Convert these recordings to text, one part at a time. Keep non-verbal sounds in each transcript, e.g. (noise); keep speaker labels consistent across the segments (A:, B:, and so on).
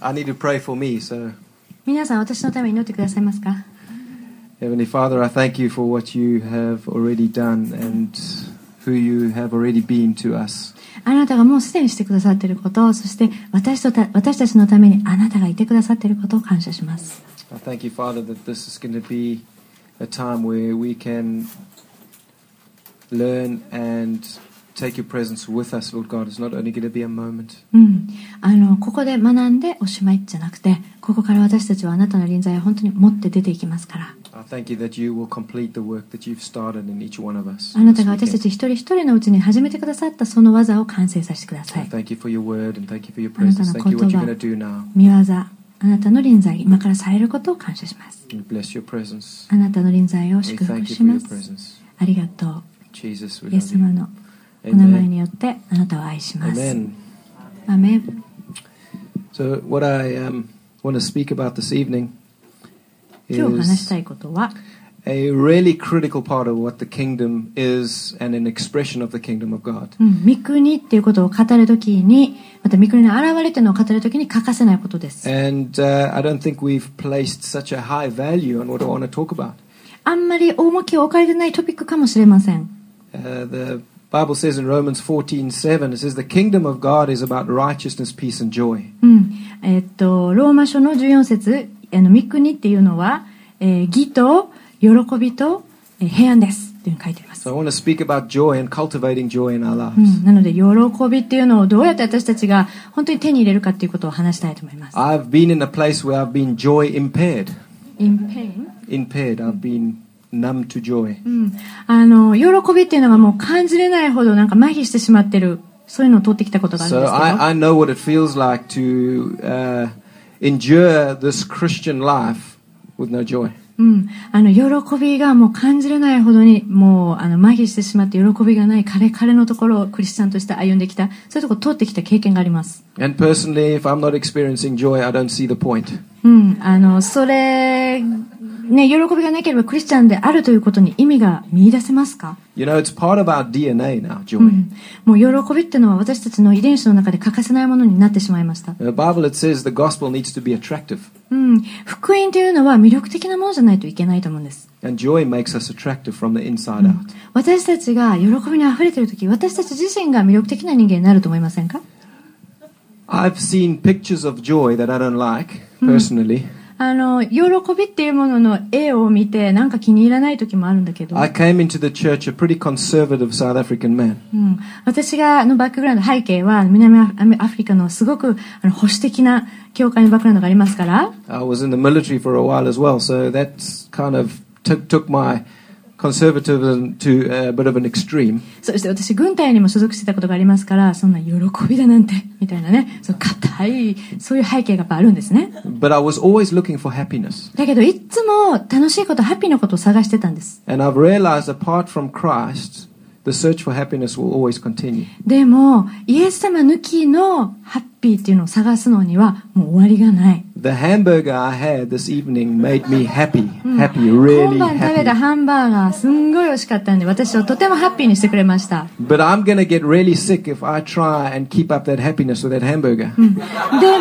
A: I need to pray for me, so.
B: 皆さん私のために祈ってくださいますか
A: Heavenly Father, I thank you for what you have already done and who you have already been to us.
B: あなたがもうすでにしてくださっていることそして私とた私たちのためにあなたがいてくださっていることを感謝します
A: I thank you, Father, that this is going to be a time where we can learn and take your presence with us, Lord God. It's not only going to be a moment.
B: うん、あのここで学んでおしまいじゃなくてここから私たちはあなたの臨在を本当に持って出ていきますから
A: I thank you that you will complete the work that you've started in each one of us.
B: あなた
A: this
B: が私た
A: weekend.
B: ち一人一人のうちに始めてくださったその技を完成させてくださ
A: I
B: い
A: thank you for your word and thank you for your
B: あな
A: presence. Thank
B: たの
A: you what
B: 言
A: you're
B: 葉
A: going to do now.
B: 見業あなたの臨在今からされることを感謝します
A: We bless your presence.
B: あなたの臨在を
A: We
B: 祝福
A: thank you
B: し
A: for
B: ま
A: your
B: す
A: presence.
B: ありがと
A: Jesus, we
B: うイエ
A: love
B: ス様
A: you.
B: のお名前
A: Amen.
B: によってあなたを愛します
A: Amen.
B: アメン
A: So, what I um, want to speak about this evening
B: 今日話し
A: is
B: たいことは
A: a really critical part of what the kingdom is and an expression of the kingdom of God.
B: うん、三国っていうことを語るときに、また三国の現れというのを語るときに欠かせないことです。
A: And uh, I don't think we've placed such a high value on what I want to talk about.
B: あんまり重きを置かれてないトピックかもしれません。
A: Uh, the Bible says in Romans 14:7 it says the kingdom of God is about righteousness, peace and joy.
B: うん。えっと、ローマ書の14節、あの、三国っていうのは、えー義と喜びと、えー平安ですっていうのに書いてあります。
A: So I want to speak about joy and cultivating joy in our
B: う
A: lives.
B: ん。なので、喜びっていうのをどうやって私たちが本当に手に入れるかっていうことを話したいと思います。
A: I've been in a place where I've been joy impaired.
B: in pain?
A: Impaired. I've been numb to joy.
B: うん。あの、喜びっていうのがもう感じれないほどなんか麻痺してしまってる、そういうのを通ってきたことがあるん
A: So
B: ですけど。
A: I, I know what it feels like to uh, endure this Christian life with no joy.
B: うん、あの喜びがもう感じれないほどにもうあの麻痺してしまって喜びがない彼彼のところをクリスチャンとして歩んできたそういうところを通ってきた経験があります、
A: And personally, if I'm not experiencing joy, I don't see the point.
B: うん、あのそれ、ね、喜びがなければクリスチャンであるということに意味が見出せますか、
A: You know, it's part of our DNA now, joy.
B: うん、もう喜びっていうのは私たちの遺伝子の中で欠かせないものになってしまいました、
A: In the Bible, it says the gospel needs to be attractive,
B: うん、福音というのは魅力的なものじゃないといけないと思うんです、
A: and joy makes us attractive from the inside out.
B: Hmm. 私たちが喜びにあふれている時私たち自身が魅力的な人間になると思いませんか
A: I've seen pictures of joy that I don't like personally.
B: あの、喜びっていうものの絵を見て、なんか気に入らない時もあるんだけど、
A: I came into the church a pretty conservative South African man.
B: うん、私が、あのバックグラウンド、背景は、南アフアフリカのすごくあの保守的な教会のバックグラウンドがありますから、
A: I was in the military for a while as well, so that's kind of took took my conservatism to a bit of an extreme.
B: そして私、軍隊にも所属してたことがありますから、そんな喜びだなんて、みたいなね、その硬い、そういう背景がやっぱあるんですね。
A: But I was always looking for happiness.
B: だけど、いつも楽しいこと、ハッピーなことを探してたんです。
A: And I've realized apart from Christ, the search for happiness will always continue.
B: でも、イエス様抜きのハッピーっていうのを探すのには、もう終わりがない。
A: The hamburger I had this evening made me happy, happy,
B: 今
A: really
B: 晩食べた
A: happy.
B: ハンバーガーすんごい美味しかったんで私をとてもハッピーにしてくれました、
A: But I'm going to get really sick if I try and keep up that happiness with that hamburger.
B: うんでも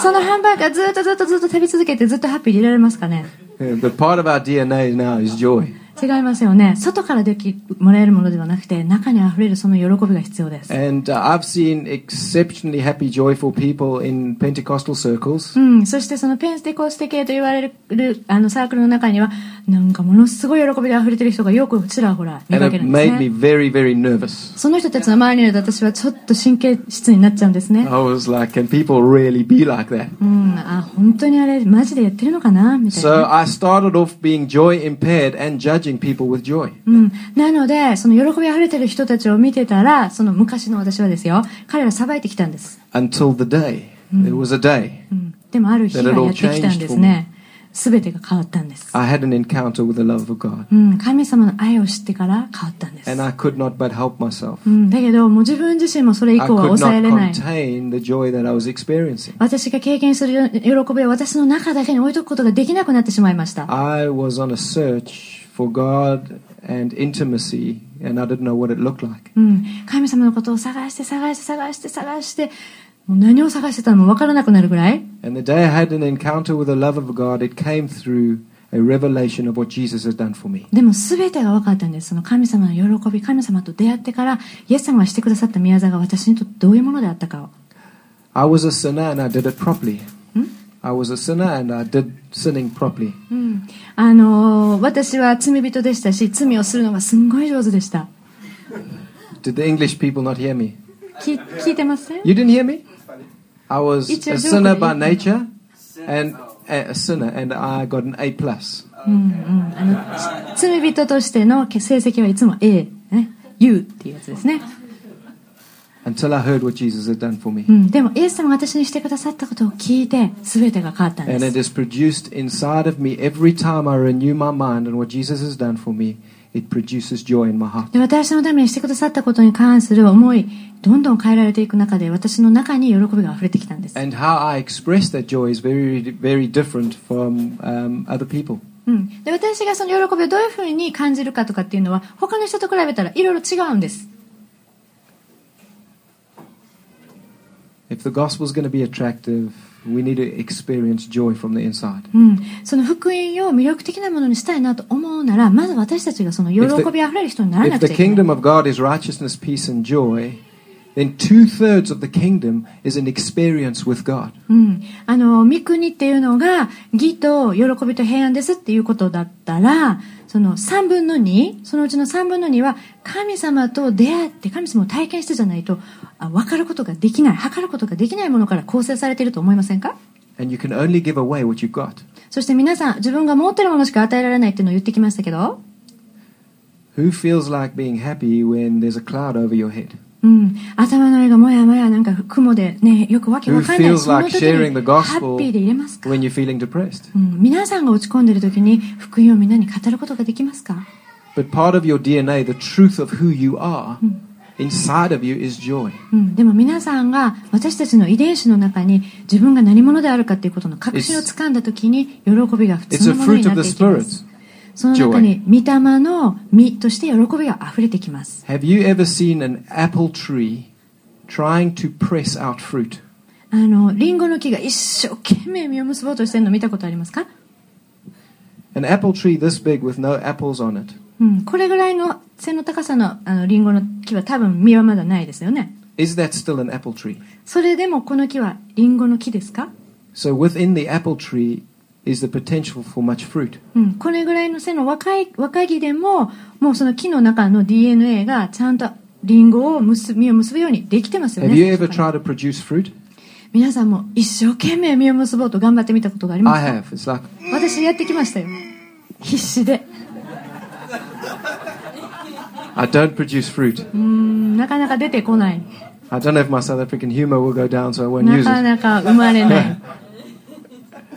B: そのハンバーガーずっとずっとずっと食べ続けてずっとハッピーでいられますかね
A: Yeah, Uh, But part of our DNA now is joy.
B: 違いますよね外からできもらえるものではなくて中にあふれるその喜びが必要です、
A: And uh, I've seen exceptionally happy, joyful people in Pentecostal circles.
B: うん、そしてそのペンステコステ系と言われるあのサークルの中にはなんかものすごい喜びで溢れてる人がよくちらほら見
A: And
B: かける
A: it
B: んです
A: made me
B: ね
A: very, very nervous.
B: その人たちの周りにいると私はちょっと神経質になっちゃうんですね、
A: I was like, can people really be like that?
B: うん、あ本当にあれマジでやってるのかなみたいな
A: So I started off being joy impaired and judging people with joy.
B: うん、なので、その喜びあふれてる人たちを見てたら、その昔の私はですよ、彼らさばいてきたんです。
A: Until the day. There was a day.
B: うん、でもある日がやってきたんですね。すべてが変わったんです。
A: I had an encounter with the love of God.
B: うん、神様の愛を知ってから変わったんです
A: And。I could not but help myself.
B: うん、だけど、もう自分自身もそれ以
A: I
B: 降
A: could
B: は抑え
A: not
B: れない。
A: contain the joy that I was experiencing.
B: 私が経験する喜びを私の中だけに置いとくことができなくなってしまいました。
A: I was on a search for God and intimacy, and I didn't know what it looked like.
B: うん、神様のことを探して探して探して探して、もう何を探してたのも分からなくなるぐらい
A: And the day I had an encounter with the love of God, it came through a revelation of what Jesus has done for me.
B: でも全てが分かったんです。その神様の喜び、神様と出会ってから、イエス様がしてくださった宮沢が私にとってどういうものであったかを。
A: I was a sinner and I did it properly.
B: ん
A: I was a sinner and I did sinning properly.
B: うん、あのー私は罪人でしたし、罪をするのがすんごい上手でした。
A: Did the English people not hear me?
B: き聞いてません
A: You didn't hear me? I was
B: It's a
A: a
B: joke, eh?
A: sinner by
B: isn't it?
A: nature and a sinner and I got an A plus.
B: うんうん、あのつ罪人としての成績はいつも A、ね、U っていうやつですね、
A: until I heard what Jesus had done for me.
B: うん、でもイエス様が私にしてくださったことを聞いて全てが変わったん
A: And
B: で
A: it
B: す
A: is produced inside of me every time I renew my mind on what Jesus has done for me. It produces joy in my heart.
B: で私のためにしてくださったことに関する思いどんどん変えられていく中で私の中に喜びが溢れてきたんです、
A: And how I express that joy is very, very different from um, other people.
B: うん、で私がその喜びをどういうふうに感じるかとかっていうのは他の人と比べたらいろいろ違うんです
A: If the gospel is going to be attractive, we need to experience joy from the inside.
B: うん、その福音を魅力的なものにしたいなと思うならまず私たちがその喜びあふれる人にならな
A: If
B: くち
A: the
B: ゃいけない
A: kingdom of God is righteousness, peace, and joy, then two thirds of the kingdom is an experience with God.
B: うん、あの御国っていうのが義と喜びと平安ですっていうことだったらその3分の2そのうちの3分の2は神様と出会って神様を体験してじゃないとあ分かることができない測ることができないものから構成されていると思いませんか
A: And you can only give away what you've got.
B: そして皆さん自分が持ってるものしか与えられないっていうのを言ってきましたけど、
A: Who feels like being happy when there's a cloud over your head?
B: うん、頭の上がもやもやなんか雲でねよくわけ
A: Who
B: わかんない
A: feels
B: その
A: like
B: 時に
A: sharing the
B: ハッ
A: gospel
B: ピーでいれますか、
A: when you're feeling depressed?
B: うん、皆さんが落ち込んでる時に福音をみんなに語ることができますか
A: But part of your DNA, the truth of who you are, inside of you is joy.
B: うん、でも皆さんが私たちの遺伝子の中に自分が何者であるかということの確信をつかんだ時に喜びが普
A: It's a
B: 通のもの
A: fruit
B: にな
A: of
B: っ
A: the
B: ていきま
A: Spirit.
B: すその中に御霊の実として喜びが溢れてきます
A: Have you ever seen an apple tree trying to press out fruit?
B: あのリンゴの木が一生懸命実を結ぼうとしてるの見たことありますか、
A: An apple tree this big with no apples on it
B: うん、これぐらいの背の高さのあのリンゴの木は多分実はまだないですよね
A: is that still an apple tree?
B: それでもこの木はリンゴの木ですか
A: So within the apple tree is the potential for much fruit.
B: うん、これぐらいの背の若い若木でももうその木の中の DNA がちゃんとリンゴを結び実を結ぶようにできてますよ
A: Have you
B: ね
A: ever tried to produce fruit?
B: 皆さんも一生懸命実を結ぼうと頑張ってみたことがありま
A: I
B: すか
A: have. It's like
B: 私やってきましたよ必死で
A: I don't produce fruit.
B: うんなかなか出てこない
A: I don't know if my South African humor will go down, so I won't
B: な
A: use
B: か
A: it.
B: なか生まれない、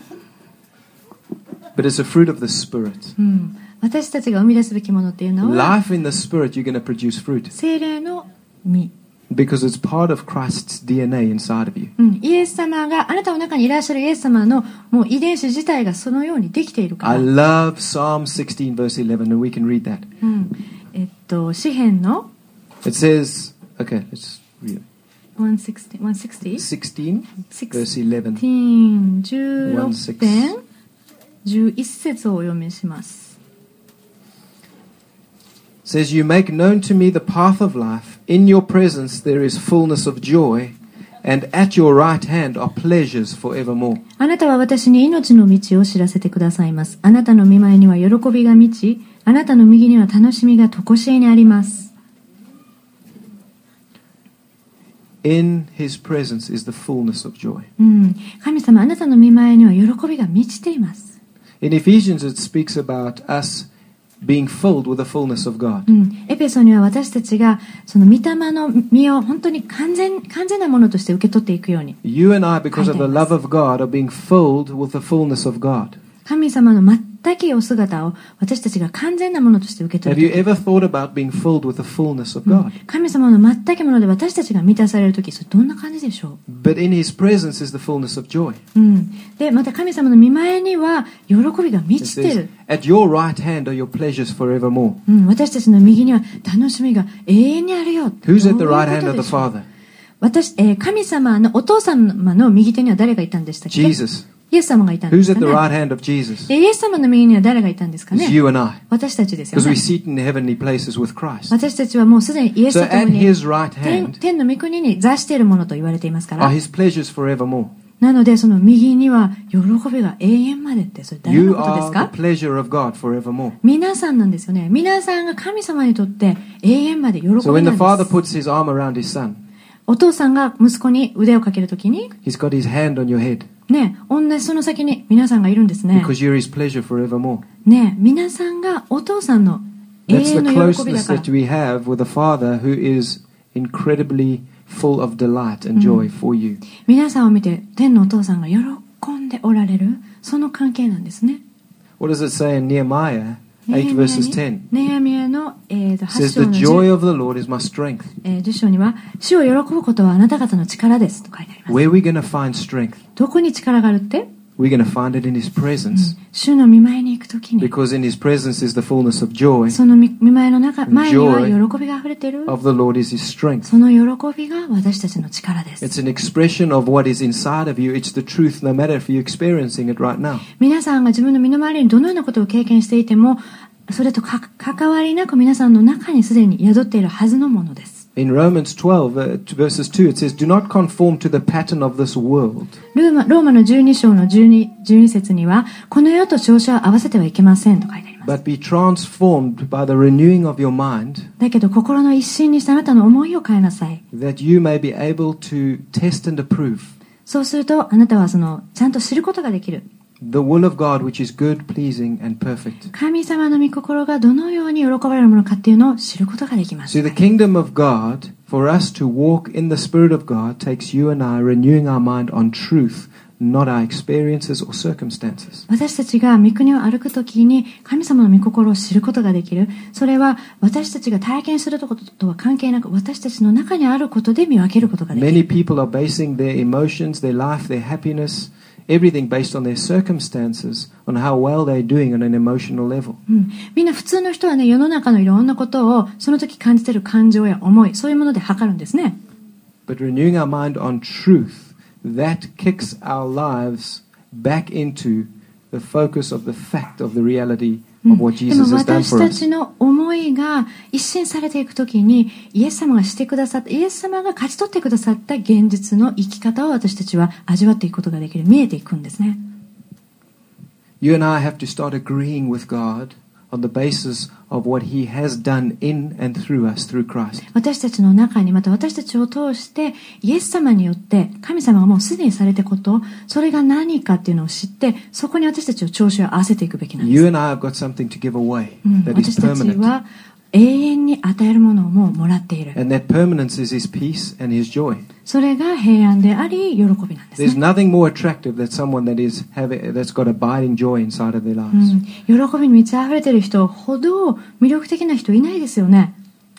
A: (laughs) But it's a fruit of the Spirit.
B: うん、私たちが生み出すべきものっていうのは
A: Life in the Spirit, you're going to produce fruit
B: 精霊の実
A: because it's part of Christ's DNA inside of you.
B: うん、イエス様があなたの中にいらっしゃるイエス様のもう遺伝子自体がそのようにできているか
A: I
B: ら
A: love Psalm 16, verse 11, and we can read that.
B: うんえっと、詩篇の
A: It says, okay, let's read
B: 160
A: it.
B: 160
A: 16, verse 11.
B: 16編11節をお読みします。
A: It says, You make known to me the path of life. In your presence there is fullness of joy, and at your right hand are pleasures forevermore.
B: あなたは私に命の道を知らせてくださいます。あなたの見舞いには喜びが満ち、あなたの右には楽しみがとこしえにあります。
A: In his presence is the fullness of joy.
B: うん、神様、あなたの見舞いには喜びが満ちています。
A: In Ephesians, it speaks about us being filled with the fullness of God.
B: うん、エペソには私たちがその御霊の身を本当に完全完全なものとして受け取っていくように
A: You and I, because of the love of God, are being filled with the fullness of God.
B: 神様の全きお姿を私たちが完全なものとして受け
A: Have
B: 取
A: you
B: る
A: ever thought about being filled with the fullness of God?
B: 神様の全きもので私たちが満たされる時それどんな感じでしょ
A: But in His presence is the fullness of joy.
B: う、うん、でまた神様の見前には喜び
A: It
B: が満ちて
A: says,
B: る、
A: At your right hand are your pleasures forevermore.
B: うん、私たちの右には楽しみが永遠にあるよ
A: Who's
B: ど
A: at
B: うい
A: the
B: うこと
A: Oh, right hand of the
B: でしょう
A: Father?
B: 私、えー神様のお父様の右手には誰がいたんでしたっけ
A: Jesus.
B: イエス様がいたんで
A: Who's
B: す
A: at the
B: かね
A: right hand of Jesus?
B: でイエス様の右には誰がいたんですか
A: It's
B: ね
A: you and I.
B: 私たちですよ
A: Because we
B: ね。
A: sit in heavenly places with Christ.
B: 私たちはもうすでにイエス
A: So
B: と共
A: at
B: に
A: his right
B: 天
A: hand
B: 天の御国に座しているものと言われていますか
A: are
B: ら。
A: his pleasures forevermore.
B: なので、その右には喜びが永遠までって、それ誰
A: You
B: のことです
A: are the
B: か
A: pleasure of God forevermore.
B: 皆さんなんですよね。皆さんが神様にとって永遠まで喜びなん
A: So when the
B: で
A: father
B: す。
A: puts his arm around his son,
B: お父さんが息子に腕をかけるときに、
A: he's got his hand on your head
B: ね、同じその先に皆さんがいるんですね。
A: because you're his pleasure forevermore.
B: ね、皆さんがお父さんの永
A: That's the
B: 遠の喜びだ
A: closeness
B: から
A: that。we have with a father who is incredibly full of delight and joy for you.
B: 皆さんを見て天のお父さんが喜んでおられるその関係なんですね
A: What does it say in Nehemiah 8 verses 10?
B: ネヘミヤの、えー、
A: It
B: と8
A: says,
B: 章
A: The
B: の
A: joy
B: 10,
A: of the Lord is my strength.
B: えー10章には「主を喜ぶことはあなた方の力です」と書いてあります
A: Where are we going to find strength?
B: どこに力があるって、
A: We're going to find it in his presence
B: 主の見舞いに行くときに
A: because in his presence is the fullness of joy.
B: その見見舞いの中
A: Joy
B: 前には喜びが溢れてる
A: Of the Lord is his strength.
B: その喜びが私たちの力です
A: It's an expression of what is inside of you. It's the truth, no matter if you're experiencing it right now.
B: 皆さんが自分の身の回りにどのようなことを経験していてもそれとか関わりなく皆さんの中にすでに宿っているはずのものです
A: In Romans 12, uh, to verses 2, it says, Do not conform to the pattern of this world,
B: ルーマローマの12章の 12, 12節には、この世と調子は合わせてはいけませんと書いてあります。
A: but be transformed by the renewing of your mind,
B: だけど心の一心にしてあなたの思いを変えなさい。
A: that you may be able to test and approve
B: そうするとあなたはその、ちゃんと知ることができる。
A: the will of God, which is good, pleasing, and perfect.
B: 神様の御心がどのように喜ばれるものかっていうのを知ることができます
A: So,。the kingdom of God, for us to walk in the Spirit of God, takes you and I renewing our mind on truth, not our experiences or circumstances.
B: 私たちが御国を歩くときに神様の御心を知ることができる。それは私たちが体験することとは関係なく私たちの中にあることで見分けることができる。
A: Many people are basing their emotions, their life, their happiness, everything based on their circumstances, on how well they're doing on an emotional level.
B: うん、みんな普通の人はね世の中のいろんなことをその時感じてる感情や思いそういうもので測るんですね
A: But renewing our mind on truth, that kicks our lives back into the focus of the fact of the reality of what
B: で
A: Jesus
B: も
A: has done
B: 私
A: for
B: た
A: us.
B: ちの思いが一新されていく時にイエス様がしてくださったイエス様が勝ち取ってくださった現実の生き方を私たちは味わっていくことができる見えていくんですね
A: You and I have to start agreeing with God on the basis of what He has done in and through us through Christ.
B: 私たちの中にまた私たちを通してイエス様によって神様がもうすでにされたことそれが何かっていうのを知ってそこに私たちを調子を合わせていくべきなんです
A: You and I have got something to give away
B: うん、
A: that is
B: 私たち
A: permanent.
B: は永遠に与えるものをもうもらっている
A: And that permanence is His peace and His joy.
B: それが平安であり喜びなんです、
A: There's
B: ね
A: nothing more attractive than someone that is having, that's got abiding joy inside of their
B: う
A: lives.
B: ん、喜びに満ち溢れている人ほど魅力的な人いないですよね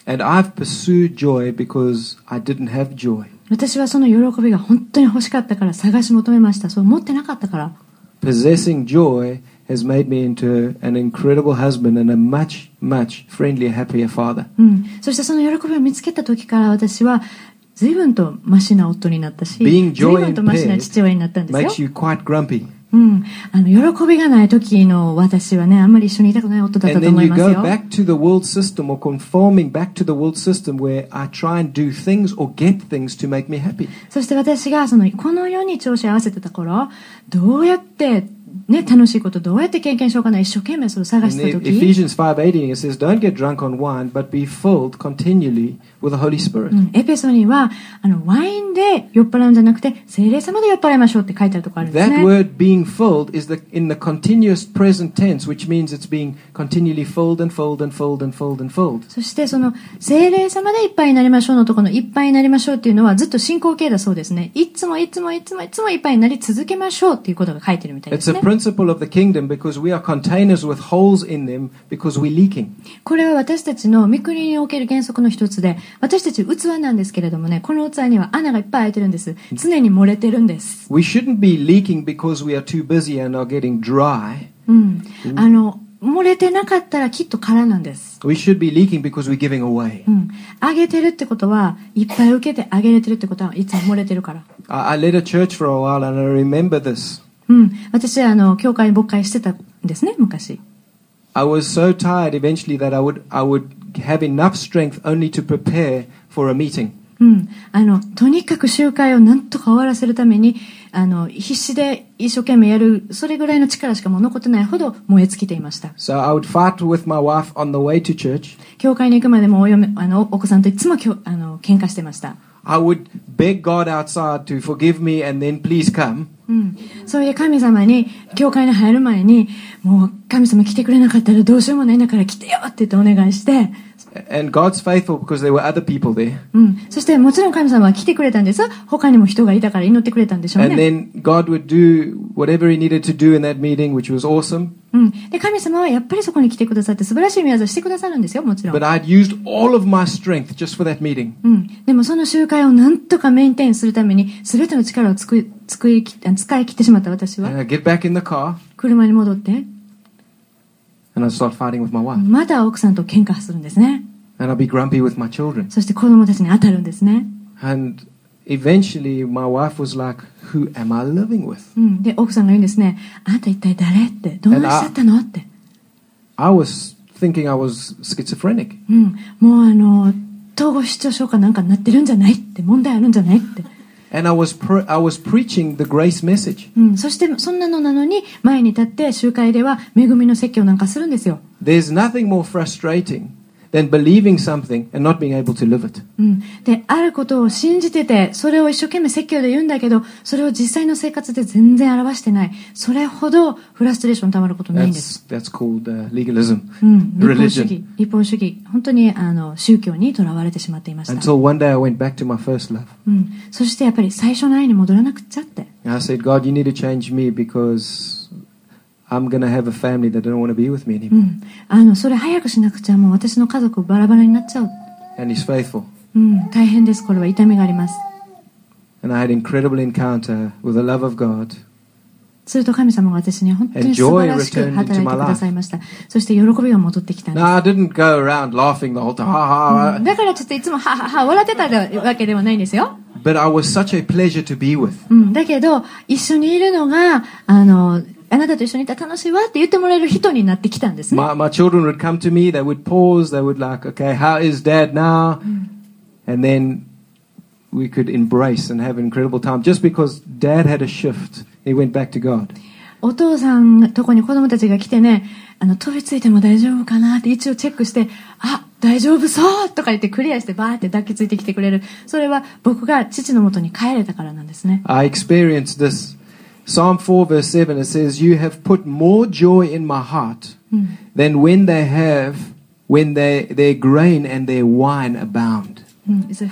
A: And I've pursued joy because I didn't have joy.
B: 私はその喜びが本当に欲しかったから探し求めましたそう持ってなかったから
A: Possessing joy has made me into an incredible husband and a much, much friendlier, happier father.
B: うん、そしてその喜びを見つけた時から私は随分とマシな夫になったし
A: Being
B: 随
A: joy
B: 分とマシな父親になったん
A: impaired
B: です
A: makes you
B: よ
A: quite grumpy.
B: うん、あの喜びがない時の私はねあんまり一緒にいたくない夫だった
A: And
B: と
A: then
B: 思い
A: you
B: ますよ
A: go back to the world system or conforming back to the world system where I try and do things or get things to make me happy.
B: そして私がそのこの世に調子を合わせてた頃どうやって、ね、楽しいことどうやって経験しようかな一生懸命それを探
A: In
B: してた
A: the-
B: 時、
A: Ephesians 5.18 it says, Don't get drunk on wine, but be filled continually with the Holy
B: う
A: Spirit.
B: ん、エペソにはあのワインで酔っ払うんじゃなくて精霊様で酔っ払いましょうって書いてあるところあるんで
A: That
B: すね
A: word being filled is the, in the continuous present tense, which means it's being continually filled and filled and filled and filled and filled.
B: そしてその精霊様でいっぱいになりましょうのところのいっぱいになりましょうっていうのはずっと進行形だそうですねいつもいつもいつもいつもいっぱいになり続けましょうっていうことが書いてるみたいで
A: It's
B: す
A: a
B: ね
A: principle of the kingdom because we are containers with holes in them because we're leaking.
B: これは私たちの御国における原則の一つで、私たち器なんですけれどもね、この器には穴がいっぱい開いてるんです。常に漏れてるんです。
A: We shouldn't be leaking because we are too busy and are getting dry.
B: うん。あの、漏れてなかったらきっと空なんです。
A: We should be leaking because we're giving away.
B: うん。あげてるってことは、いっぱい受けてあげれてるってことはいつも漏れてるから。
A: I, I led a church for a while and I remember this.
B: うん。私、あの、教会に牧会してたんですね、昔。
A: I was so tired eventually that I would, I would have enough strength only to prepare for a meeting.
B: うん。あの、とにかく集会をなんとか終わらせるために、あの、必死で一生懸命やる、それぐらいの力しかもう残ってないほど燃え尽きていました。
A: So I would fight with my wife on the way to church.
B: 教会に行くまでもお嫁、あの、お子さんといつもきょあの、喧嘩してました。
A: I would beg God outside to forgive me and then please come.
B: うん。それで神様に、教会に入る前に、もう神様来てくれなかったらどうしようもないんだから来てよって言ってお願いして、
A: And God's faithful because there were other people there.
B: うん。そしてもちろん神様は来てくれたんです。他にも人がいたから祈ってくれたんでしょう
A: And
B: ね。
A: then God would do whatever He needed to do in that meeting, which was awesome.
B: うん。で、神様はやっぱりそこに来てくださって素晴らしい宮座してくださるんですよ、もちろん
A: But。I'd used all of my strength just for that meeting.
B: うん。でもその集会をなんとかメインテインするために、すべての力をつく、つくいき、あ使い切ってしまった私
A: And
B: は、
A: I get back in the car
B: 車に戻って、
A: and I start fighting with my wife.
B: また奥さんと喧嘩するんですね。
A: And I'd be grumpy with my children.
B: そして子供たちに当たるんですね。
A: And eventually my wife was like, Who am I living with?
B: うん。で、奥さんが言うんですね、あんた一体誰って、どうなしちゃったのって。
A: I was thinking I was schizophrenic.
B: うん。もうあの、統合失調症かなんかになってるんじゃないって、問題あるんじゃないって。
A: And I was, pre- I was preaching the grace message.
B: うん。そして、そんなのなのに、前に立って集会では、恵みの説教なんかするんですよ。
A: There's nothing more frustrating than believing something and not being able to live it.
B: うん、であることを信じててそれを一生懸命説教で言うんだけどそれを実際の生活で全然表してないそれほどフラストレーションたまることないんで
A: That's,
B: す、
A: that's called uh, legalism,
B: うん、立法主
A: religion.
B: 義立法主義本当にあの宗教にとらわれてしまっていました、
A: Until one day I went back to my first love.
B: うん、そしてやっぱり最初の愛に戻らなくっちゃって
A: And I said, God, you need to change me because I'm going to have a family that don't want to be with me
B: う
A: anymore.
B: ん、あのそれ早くしなくちゃもう私の家族バラバラになっちゃう、
A: And He's faithful.
B: うん、大変ですこれは痛みがあります
A: And I had incredible encounter with the love of God
B: すると神様が私に本当に素晴らしく働いてくださいましたそして喜びが戻ってきたんです
A: No, I didn't go around laughing the whole time. Ha, ha,
B: だからちょっといつもははは笑ってたわけではないんですよ。
A: ha. But I was such a pleasure to be with.
B: うん、だけど、一緒にいるのが、あの、あなたと一緒にいたら楽しいわって言ってもらえる人になってきたんですね。
A: My, my children would come to me, they would pause, they would like, okay, how is dad now? And then we could embrace and have an incredible time just because dad had a shift. He went back to God.
B: お父さんのとこに子供たちが来てね、あの、飛びついても大丈夫かなって一応チェックして、あ、大丈夫そうとか言ってクリアしてバーって抱きついてきてくれる。それは僕が父のもとに帰れたからなんですね。
A: I experienced this. Psalm 4, verse 7, it says, You have put more joy in my heart than when they have, when they, their grain and their wine abound.
B: うん、is it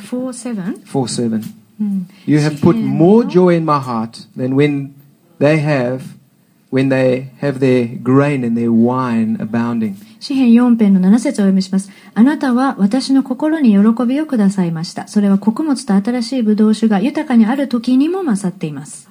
A: 4
B: 4-7?
A: 7.
B: うん。
A: You have put more joy in my heart than when they have, when they have their grain and their wine abounding.
B: 詩篇4編の7節をお読みします。あなたは私の心に喜びをくださいました。それは穀物と新しいブドウ酒が豊かにある時にも勝っています。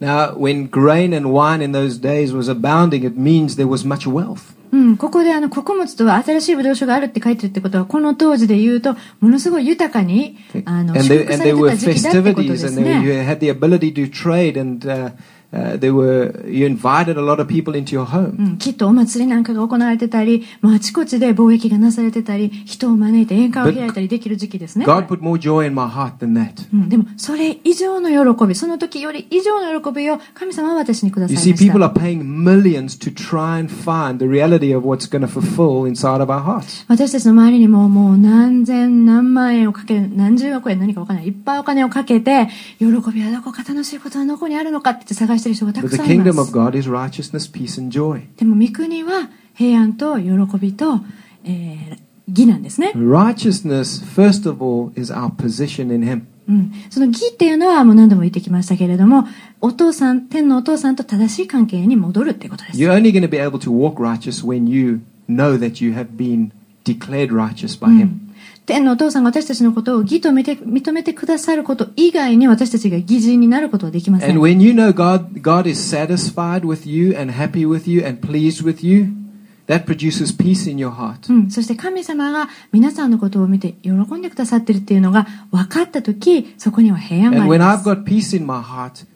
A: Now, when grain and wine in those days was abounding, it means there was much wealth.
B: うん、ここであの穀物と新しいブドウ酒があるって書いてるってことは、この当時で言うと、ものすごい豊かに、あの、
A: And
B: 祝
A: there,
B: 福
A: and
B: さ
A: there were
B: れてた時期だってことで
A: festivities, and
B: す
A: there, you
B: ね。
A: had the ability to trade, and uh, uh, there were you invited a lot of people into your
B: う
A: home.
B: ん、きっとお祭りなんかが行われてたり、もうあちこちで貿易がなされてたり、人を招いて宴会を開いたりできる時期ですね。
A: God put more joy in my heart than that.
B: うん、でも、それ以上の喜び、その時より以上の喜びを神様は私にください
A: You
B: ま
A: see,
B: した。
A: people are paying millions to try and find the reality of what's going to fulfill inside of our hearts.
B: 私たちの周りにももう何千何万円をかけ、何十億円何かわからない。いっぱいお金をかけて、喜びはどこか楽しいことはどこにあるのかって言って探してる人がたく
A: But the
B: さんいま
A: kingdom of
B: す。
A: God is righteousness, peace, and joy.
B: でも御国は平安と喜びと、えー義なんですね。
A: Righteousness, first of all, is our position in Him.
B: うん。その義っていうのはもう何度も言ってきましたけれども、お父さん、天のお父さんと正しい関係に戻るってことです。
A: You're only going to be able to walk righteous when you know that you have been declared righteous
B: Mm.
A: by Him.
B: 天のお父さんが私たちのことを義と見て認めてくださること以外に私たちが義人になることはできません
A: And。when you know God, God is satisfied with you and happy with you and pleased with you, That produces peace in your heart.
B: うん、そして神様が皆さんのことを見て喜んでくださってるっていうのが分かった時そこには平安が
A: And
B: あ
A: when
B: りま
A: I've
B: す
A: got peace in my heart,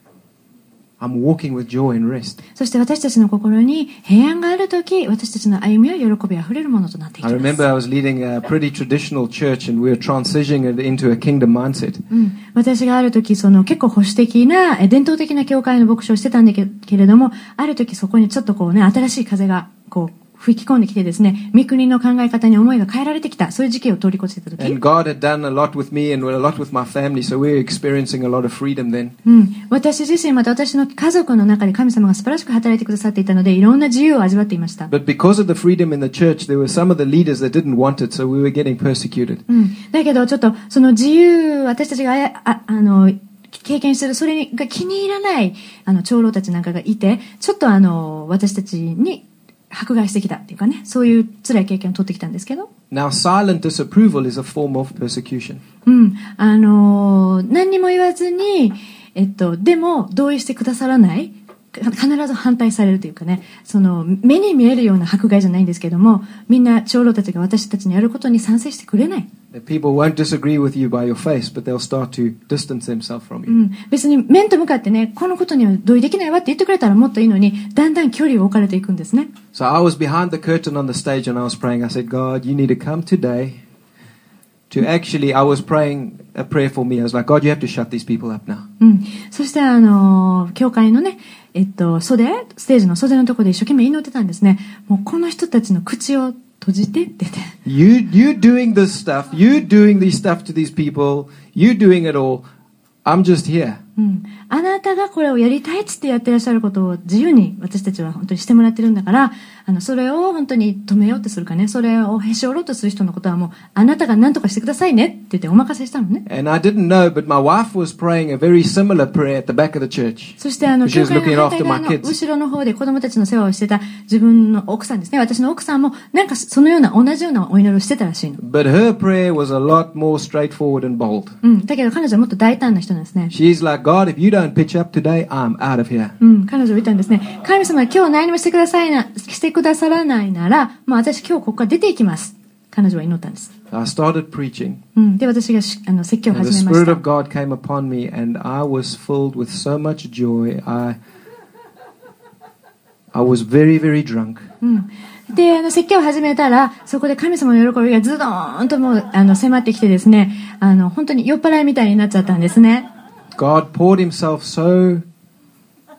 A: I'm walking with joy and rest.
B: そして私たちの心に平安がある時私たちの歩みは喜びあふれるものとなっていき
A: I
B: ま
A: remember
B: す、
A: I was leading a pretty traditional church and we were transitioning it into a kingdom mindset.
B: うん、私がある時その結構保守的なえ伝統的な教会の牧師をしてたんだけけれどもある時そこにちょっとこうね新しい風がこう吹き込んできてですね御国の考え方に思いが変えられてきたそういう時期を通り越してた時
A: And God had done a lot with me and a lot with my family, so we were experiencing a lot of freedom then.
B: うん、私自身また私の家族の中で神様が素晴らしく働いてくださっていたのでいろんな自由を味わっていました、
A: But because of the freedom in the church, there were some of the leaders that didn't want it, so we were getting persecuted.
B: うん、だけどちょっとその自由私たちがあああの経験するそれが気に入らないあの長老たちなんかがいてちょっとあの私たちに迫害してきたっていうかねそういう辛い経験を取ってきたんですけど、
A: Now, silent disapproval is a form of persecution.
B: うん、あの何にも言わずに、えっと、でも同意してくださらないか必ず反対されるというかねその目に見えるような迫害じゃないんですけどもみんな長老たちが私たちのやることに賛成してくれない、
A: The people won't disagree with you by your face, but they'll start to distance themselves from
B: う
A: you.
B: ん、別に面と向かってねこのことには同意できないわって言ってくれたらもっといいのにだんだん距離を置かれていくんですね
A: So I was behind the curtain on the stage and I was praying. I said, God, you need to come today to actually, I was praying a prayer for me. I was like, God, you have to shut these people up now.
B: うん、そしてあのー教会のね、えっと、袖、ステージの袖のところで一生懸命祈ってたんですね。もうこの人たちの口を閉じてってね。
A: You, you doing this stuff, you doing these stuff to these people, you doing it all. I'm just here.
B: うん、あなたがこれをやりたいっつってやってらっしゃることを自由に私たちは本当にしてもらってるんだからあのそれを本当に止めようとするかねそれをへし折ろうとする人のことはもうあなたが何とかしてくださいねって言ってお任せしたのね
A: And I didn't know, but my wife was praying a very similar prayer at the back of the church.
B: そしてあの
A: She was
B: 教会
A: looking
B: の反
A: after
B: 対側
A: my
B: の
A: kids.
B: 後ろの方で子供たちの世話をしてた自分の奥さんですね私の奥さんもなんかそのような同じようなお祈りをしてたらしいの
A: But her prayer was a lot more straightforward and bold.
B: うん、だけど彼女はもっと大胆な人なんですね。
A: She's like, God, if you don't pitch up today, I'm out of here.
B: うん、彼女は言ったんですね。神様は今日何もしてくださいな、してくださらないなら、もう私今日ここから出ていきます。彼女は祈ったんです。
A: I started preaching.
B: うん、で、私がしあの説教を
A: And the
B: 始めまし
A: Spirit
B: た
A: of。God came upon me, and I was filled with so much joy. I, I was very, very drunk.
B: うん。で、あの、説教を始めたら、そこで神様の喜びがズドーンともう、あの、迫ってきてですね、あの、本当に酔っ払いみたいになっちゃったんですね。
A: God poured Himself so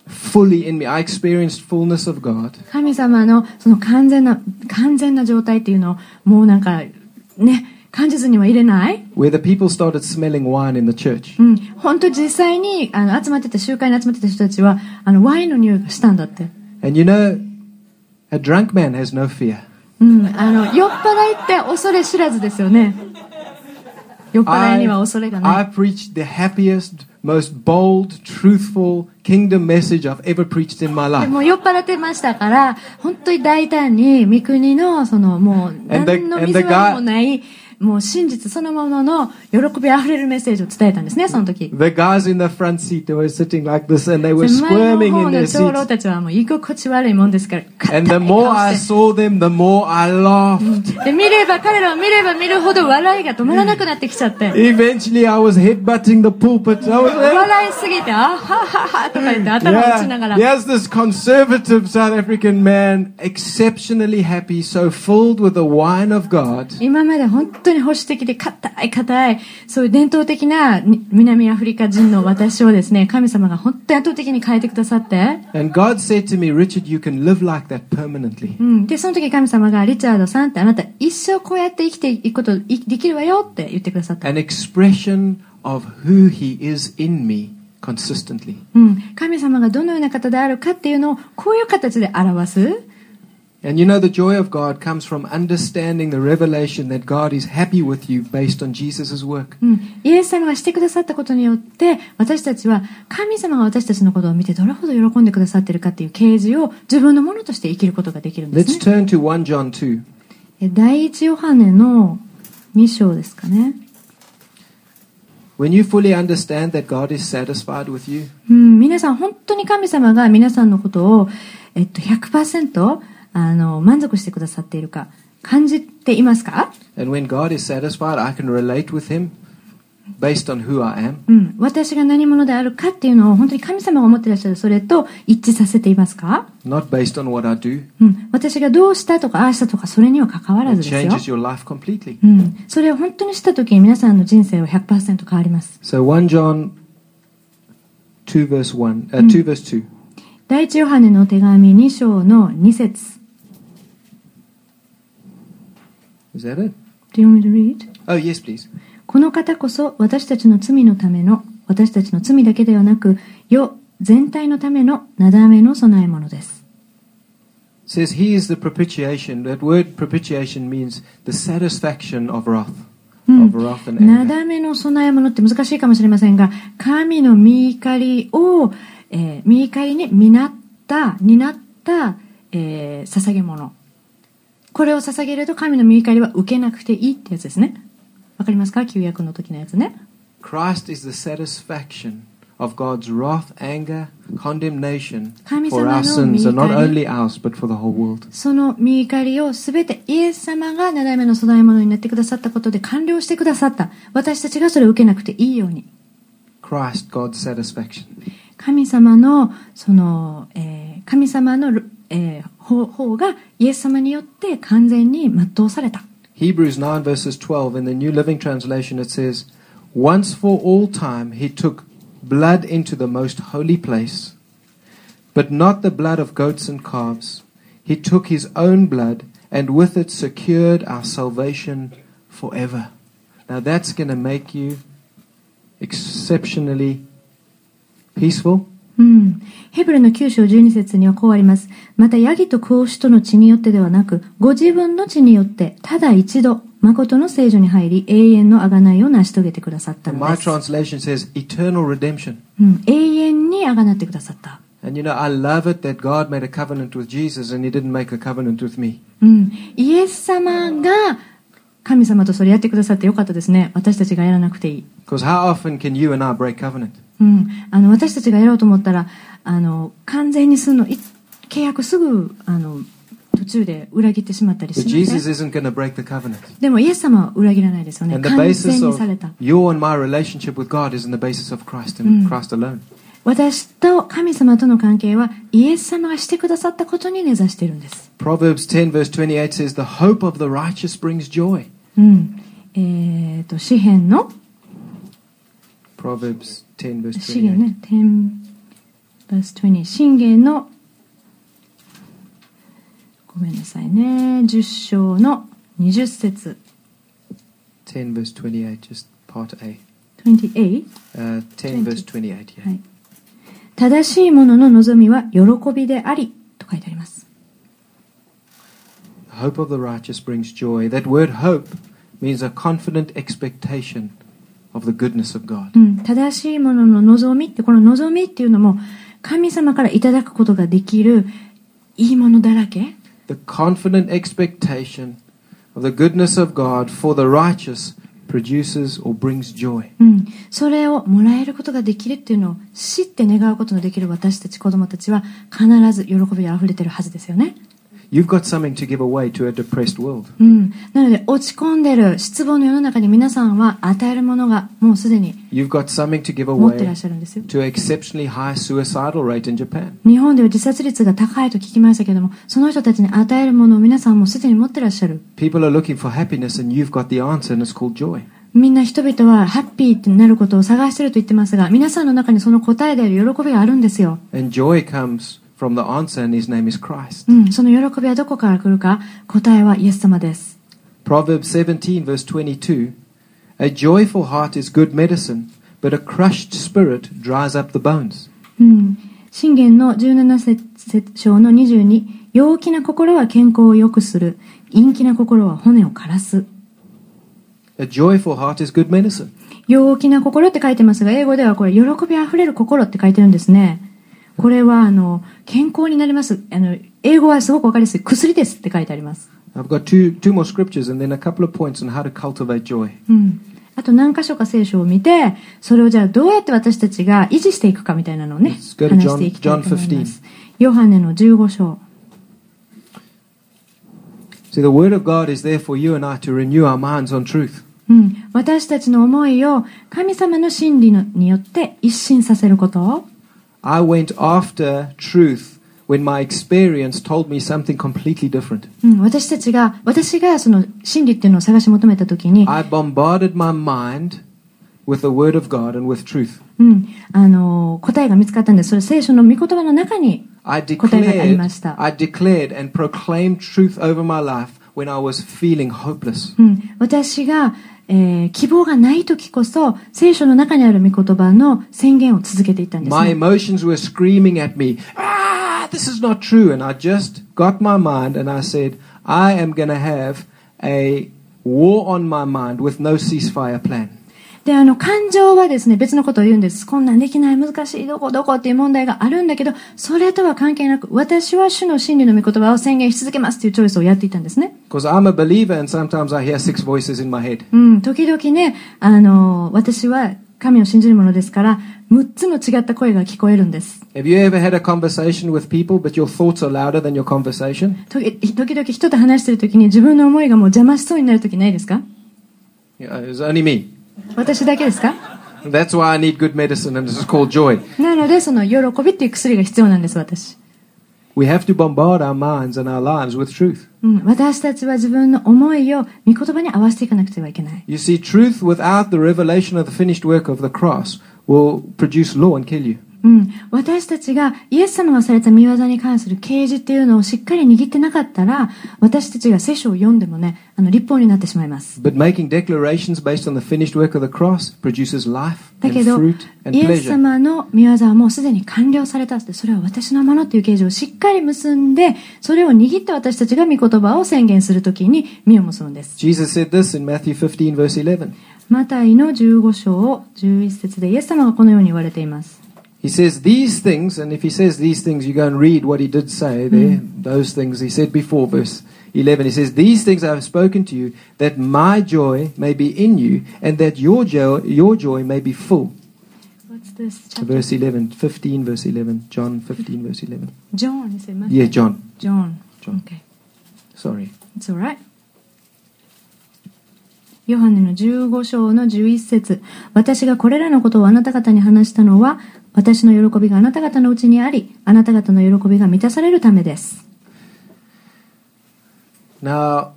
A: fully in me. I experienced fullness of God.
B: 神様のその完全な、完全な状態っていうのを、もうなんか、ね、感じずには入れない
A: Where the people started smelling wine in the church.
B: うん、本当実際にあの集まってた集会に集まってた人たちはあのワインの匂いがしたんだって、
A: And you know, a drunk man has no fear.
B: うん、あの酔っ払いって恐れ知らずですよね酔っ払い
A: I,
B: には恐れがな
A: I
B: い
A: preached the happiest, most bold, truthful kingdom message I've ever preached in my
B: で
A: life.
B: もう酔っ払ってましたから本当に大胆に三国のそのもう
A: And the-
B: 何の
A: and the
B: 水はもないもう真実そのものの喜びあふれるメッセージを伝えたんですねその時
A: The guys in the front seat, they were sitting like this and they were
B: 前の
A: squirming
B: 方
A: in their
B: の長老
A: seats.
B: たちはもう居心地悪いもんですから
A: And the
B: 硬い
A: more
B: (laughs)
A: I
B: 顔して
A: saw them, the more I laughed.
B: で見れば彼らを見れば見るほど笑いが止まらなくなってきちゃって。
A: Eventually, I was headbutting the pulpit. I was like,
B: 笑いすぎて、あはははとか言って頭を打ちなが
A: yeah.
B: ら。
A: There's this conservative South African man, exceptionally happy, so filled with the wine of God.
B: 今まで本当に保守的で硬い硬い、そういう伝統的なに南アフリカ人の私をですね、神様が本当に圧倒的に変えてくださって。
A: And God said to me, Richard, you can live like that permanently.
B: うん。で、その時神様が、リチャードさんってあなた一生こうやって生きていくこといできるわよって言ってくださった。
A: An expression of who He is in me consistently.
B: うん。神様がどのような方であるかっていうのを、こういう形で表す。
A: And you know, the joy of God comes from understanding the revelation that God is happy with you based on Jesus' work.
B: うん、イエス様がしてくださったことによって私たちは神様が私たちのことを見てどれほど喜んでくださっているかっていう啓示を自分のものとして生きることができるんです
A: Let's
B: ね
A: turn to 1 John 2.
B: え第一ヨハネの2章ですかね、
A: When you fully understand that God is satisfied with you,
B: うん、皆さん本当に神様が皆さんのことを、えっと、100%あの満足してくださっているか感じていますか、
A: And when God is satisfied, I can relate with Him based on who I am.
B: うん、私が何者であるかっていうのを本当に神様が思ってらっしゃるそれと一致させていますか、
A: not based on what I do.
B: うん、私がどうしたとかああしたとかそれには関わら
A: It
B: ずです
A: changes
B: よ、
A: your life completely.
B: うん、それを本当にした時に皆さんの人生は100%変わります
A: So 1 John 2 verse 1, uh, 2 verse 2.
B: 第一ヨハネの手紙2章の2節
A: Is that it?
B: Do you want me to read?
A: Oh, yes, please.
B: この方こそ私たちの罪のための私たちの罪だけではなく世全体のためのなだめの備え物です
A: It says he is the propitiation. That word propitiation means the satisfaction of wrath,
B: Hmm.
A: of wrath and
B: な
A: anger.
B: だめの備え物って難しいかもしれませんが神の御怒りを、えー御怒りに見なった担った、えー捧げ物これを捧げると神の御怒りは受けなくていいってやつですねわかりますか旧約の時のやつね
A: Christ is the satisfaction of God's wrath, anger, condemnation
B: Kami
A: for our
B: sama no
A: sins, and not
B: miikari.
A: only ours, but for the whole world.
B: その御怒りをすべてイエス様が7代目の備え物になってくださったことで完了してくださった。私たちがそれを受けなくていいように。
A: Christ, God's satisfaction.
B: 神様の、その、えー神様の、えー方法がイエス様によって完全に全うされた。
A: Hebrews 9 verses 12 in the New Living Translation it says, Once for all time he took blood into the most holy place, but not the blood of goats and calves. He took his own blood and with it secured our salvation forever. Now that's going to make you exceptionally peaceful.
B: うん。ヘブルの9章12節にはこうあります。また、ヤギと子牛との血によってではなく、ご自分の血によって、ただ一度、誠の聖女に入り、永遠の贖いを成し遂げてくださった
A: And
B: の
A: my
B: です。
A: translation says eternal redemption.
B: うん、永遠にあがなってくださった。
A: And you know, I love it that God made a covenant with Jesus and he didn't make a covenant with me.
B: うん、イエス様が神様とそれやってくださってよかったですね。私たちがやらなくていい。
A: Because how often can you and I break covenant?
B: うん、あの私たちがやろうと思ったらあの完全にするのい契約すぐあの途中で裏切ってしまったりし
A: But
B: ま
A: Jesus
B: す、
A: isn't
B: ね、
A: going to break the covenant.
B: でもイエス様は裏切らないですよね
A: And the
B: 完全
A: basis
B: にされた
A: of your and my relationship with God is on the basis of Christ and Christ alone.
B: 私と神様との関係はイエス様がしてくださったことに根ざしてるんです、
A: Proverbs 10 verse 28 says, The hope of the righteous brings joy.
B: うんえー、と詩篇の
A: Proverbs 10 verse
B: 資源
A: 28.
B: ね10 verse 20信玄のごめんなさいね10章の20節
A: 10 verse 28, just part A.
B: 28
A: Uh, 10 verse 28, yeah.
B: はい正しいものの望みは喜びでありと書いてあります
A: The hope of the righteous brings joy. That word hope means a confident expectation of the goodness of God.
B: うん、正しいものの望みって、この望みっていうのも、神様からいただくことができる、いいものだらけ
A: the confident expectation of the goodness of God for the righteous produces or brings joy.
B: うん、それをもらえることができるっていうのを知って願うことのできる私たち子供たちは必ず喜びで溢れてるはずですよね。
A: You've got something to give away to a depressed world.
B: うん。なので落ち込んでる失望の世の中に皆さんは与えるものがもうすでに
A: You've got something to give
B: 持ってら
A: away
B: っしゃるんですよ。
A: to an exceptionally high suicidal rate in Japan.
B: 日本では自殺率が高いと聞きましたけども、その人たちに与えるものを皆さんもうすでに持ってらっしゃる。
A: People are looking for happiness and you've got the answer and it's called joy.
B: みんな人々はハッピーってなることを探してると言ってますが、皆さんの中にその答えである喜びがあるんですよ。
A: And joy comes from the answer and his name is Christ.
B: うん。その喜びはどこから来るか答えはイエス様です。
A: Proverbs 17 verse 22. A joyful heart is good medicine, but a crushed spirit dries up the bones.
B: うん。信玄の17節章の22、陽気な心は健康を良くする。陰気な心は骨を枯らす。
A: A joyful heart is good medicine.
B: 陽気な心って書いてますが、英語ではこれ、喜びあふれる心って書いてるんですね。これは、あの、健康になります。あの、英語はすごくわかりやすい。薬ですって書いてあります。
A: I've got two, two more scriptures and then a couple of points on how to cultivate joy.
B: うん。あと何箇所か聖書を見て、それをじゃあどうやって私たちが維持していくかみたいなのをね、
A: Let's go to
B: 話していきたいと思
A: John- John
B: います。ヨハネの15章。
A: See, the Word of God is there for you and I to renew our minds on truth.
B: うん、私たちの思いを神様の真理のによって一新させること。
A: I went after truth when my experience told me something completely different.
B: うん、私たちが、私がその真理っていうのを探し求めたときに、
A: I bombarded my mind with the Word of God and with truth.
B: うん、あの、答えが見つかったんです。それ聖書の御言葉の中に
A: I
B: 答えがありま
A: declared,
B: した。
A: I declared and proclaimed truth over my life when I was feeling hopeless.
B: うん、私が、えー希望がない時こそ聖書の中にある御言葉の宣言を続けていったんです、
A: My
B: ね
A: emotions were screaming at me, ah, this is not true. And I just got my mind and I said, I am going to have a war on my mind with no ceasefire plan.
B: であの感情はですね別のことを言うんですこんなんできない難しいどこどこっていう問題があるんだけどそれとは関係なく私は主の真理の御言葉を宣言し続けますっていうチョイスをやっていたんですね
A: Because I'm a believer and sometimes I hear six voices in my head.
B: うん時々ねあの私は神を信じるものですから6つの違った声が聞こえるんです
A: Have you ever had a conversation with people but your thoughts are louder than your conversation?
B: と時々人と話してる時に自分の思いがもう邪魔しそうになる時ないですか
A: Yeah, It's only me.
B: 私だけですか
A: That's why I need good medicine and this is called joy.
B: なので、その喜びっていう薬が必要なんです、私。
A: We have to bombard our minds and our lives with truth.
B: うん、私たちは自分の思いを御言葉に合わせていかなくてはいけない。
A: You see, truth without the revelation of the finished work of the cross will produce law and kill you.
B: うん、私たちがイエス様がされた見業に関する啓示っていうのをしっかり握ってなかったら、私たちが聖書を読んでもね、あの、立法になってしまいます。
A: But making declarations based on the finished work of the cross produces life
B: だ
A: and
B: けど
A: fruit、and
B: イエ
A: pleasure.
B: ス様の見業はもうすでに完了されたって、それは私のものっていう啓示をしっかり結んで、それを握って私たちが御言葉を宣言するときに身を結ぶんです。
A: Jesus said this in Matthew 15, verse 11.
B: マタイの15章11節でイエス様がこのように言われています。
A: He says these things, and if he says these things, you go and read what he did say there, those things he said before, verse 11. He says, These things I have spoken to you, that my joy may be in you, and that your joy, your joy may be full. Verse 11, 15, verse 11. John 15, verse 11.
B: ジョンにせま
A: Yeah, John.
B: ジョン。
A: John. Sorry.
B: It's alright. ヨハネの15章の11節私がこれらのことをあなた方に話したのは、私の喜びがあなた方のうちにあり、あなた方の喜びが満たされるためです。
A: Now,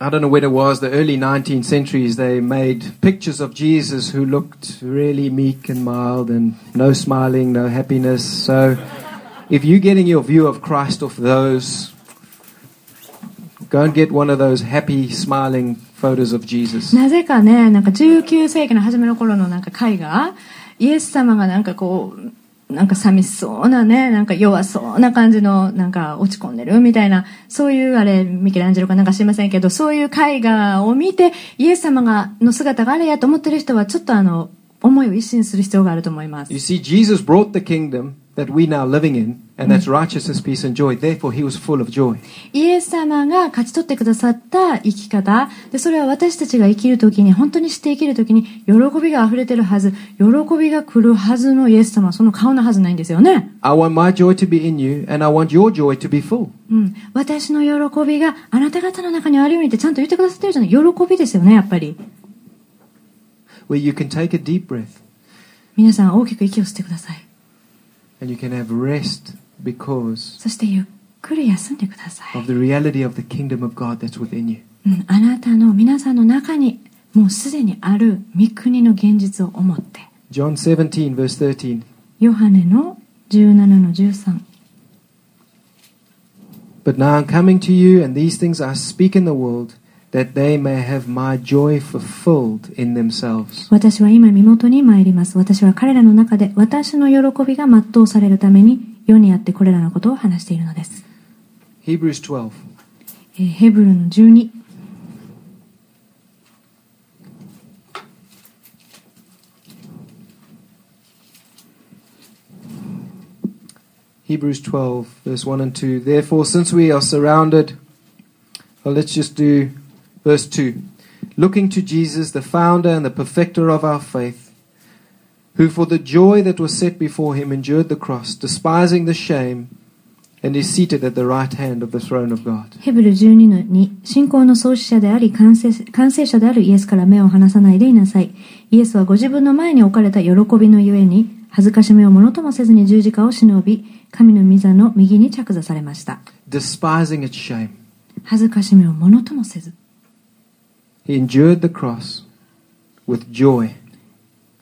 A: I don't know when it was, the early 19th centuries, they made pictures of Jesus who looked really meek and mild and no smiling, no happiness. So, if you're getting your view of Christ off those, go and get one of those happy, smiling photos of Jesus.
B: なぜかね、なんか19世紀の初めの頃のなんか絵画、イエス様がなんかこう、なんか寂しそうなね、なんか弱そうな感じの、なんか落ち込んでるみたいな、そういうあれ、ミケランジェロかなんか知りませんけど、そういう絵画を見て、イエス様が、の姿があれやと思ってる人は、ちょっとあの、思いを一新する必要があると思います
A: You。see, Jesus brought the kingdom that we now living in, and that's righteousness, peace, and joy. Therefore, he was full of joy.
B: イエス様が勝ち取ってくださった生き方でそれは私たちが生きるときに本当にして生きるときに喜びが溢れてるはず喜びが来るはずのイエス様はその顔のはずないんですよね、
A: I want my joy to be in you, and I want your joy to be full.
B: うん、私の喜びがあなた方の中にあるようにってちゃんと言ってくださってるじゃない喜びですよねやっぱり
A: where you can take a deep breath
B: 皆さん大きく息を吸ってください
A: and you can have rest because
B: そしてゆっくり休んでください
A: of the reality of the kingdom of God that's within you.
B: うん、あなたの皆さんの中にもうすでにある御国の現実を思って
A: John 17, verse 13.
B: ヨハネの17の13
A: But now I'm coming to you, and these things I speak in the world, that they may have my joy fulfilled in themselves.
B: 私は今身元に参ります。私は彼らの中で私の喜びが全うされるために世にあってこれらのことを話しているのです。
A: Hebrews 12.
B: えーヘブルの12。
A: Hebrews 12, verse 1 and 2. Therefore, since we are surrounded, well, let's just do verse 2. Looking to Jesus, the founder and the perfecter of our faith, who for the joy that was set before him endured the cross, despising the shame, and is seated at the right hand of the throne of God.
B: ヘブル12の2、信仰の創始者であり完成、完成者であるイエスから目を離さないでいなさい。イエスはご自分の前に置かれた喜びのゆえに、恥ずかしめをものともせずに十字架を忍び、神の御座の右に着座されました。
A: Despising its shame,
B: 恥ずかしめをものともせず、
A: he endured the cross with joy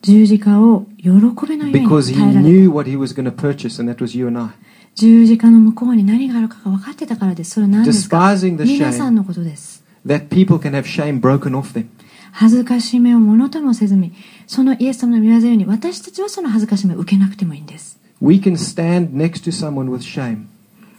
B: 十字架を喜びのゆえに
A: because he
B: 耐えられた。
A: knew what he was going to purchase, and that was you and I.
B: 十字架の向こうに何があるかが分かってたからです。それは何ですか
A: Despising the
B: 皆さん
A: shame
B: のことです。
A: that people can have shame broken off them.
B: 恥ずかしめをものともせずに、そのイエス様の御業のように、私たちはその恥ずかしめを受けなくてもいいんです。
A: We can stand next to someone with shame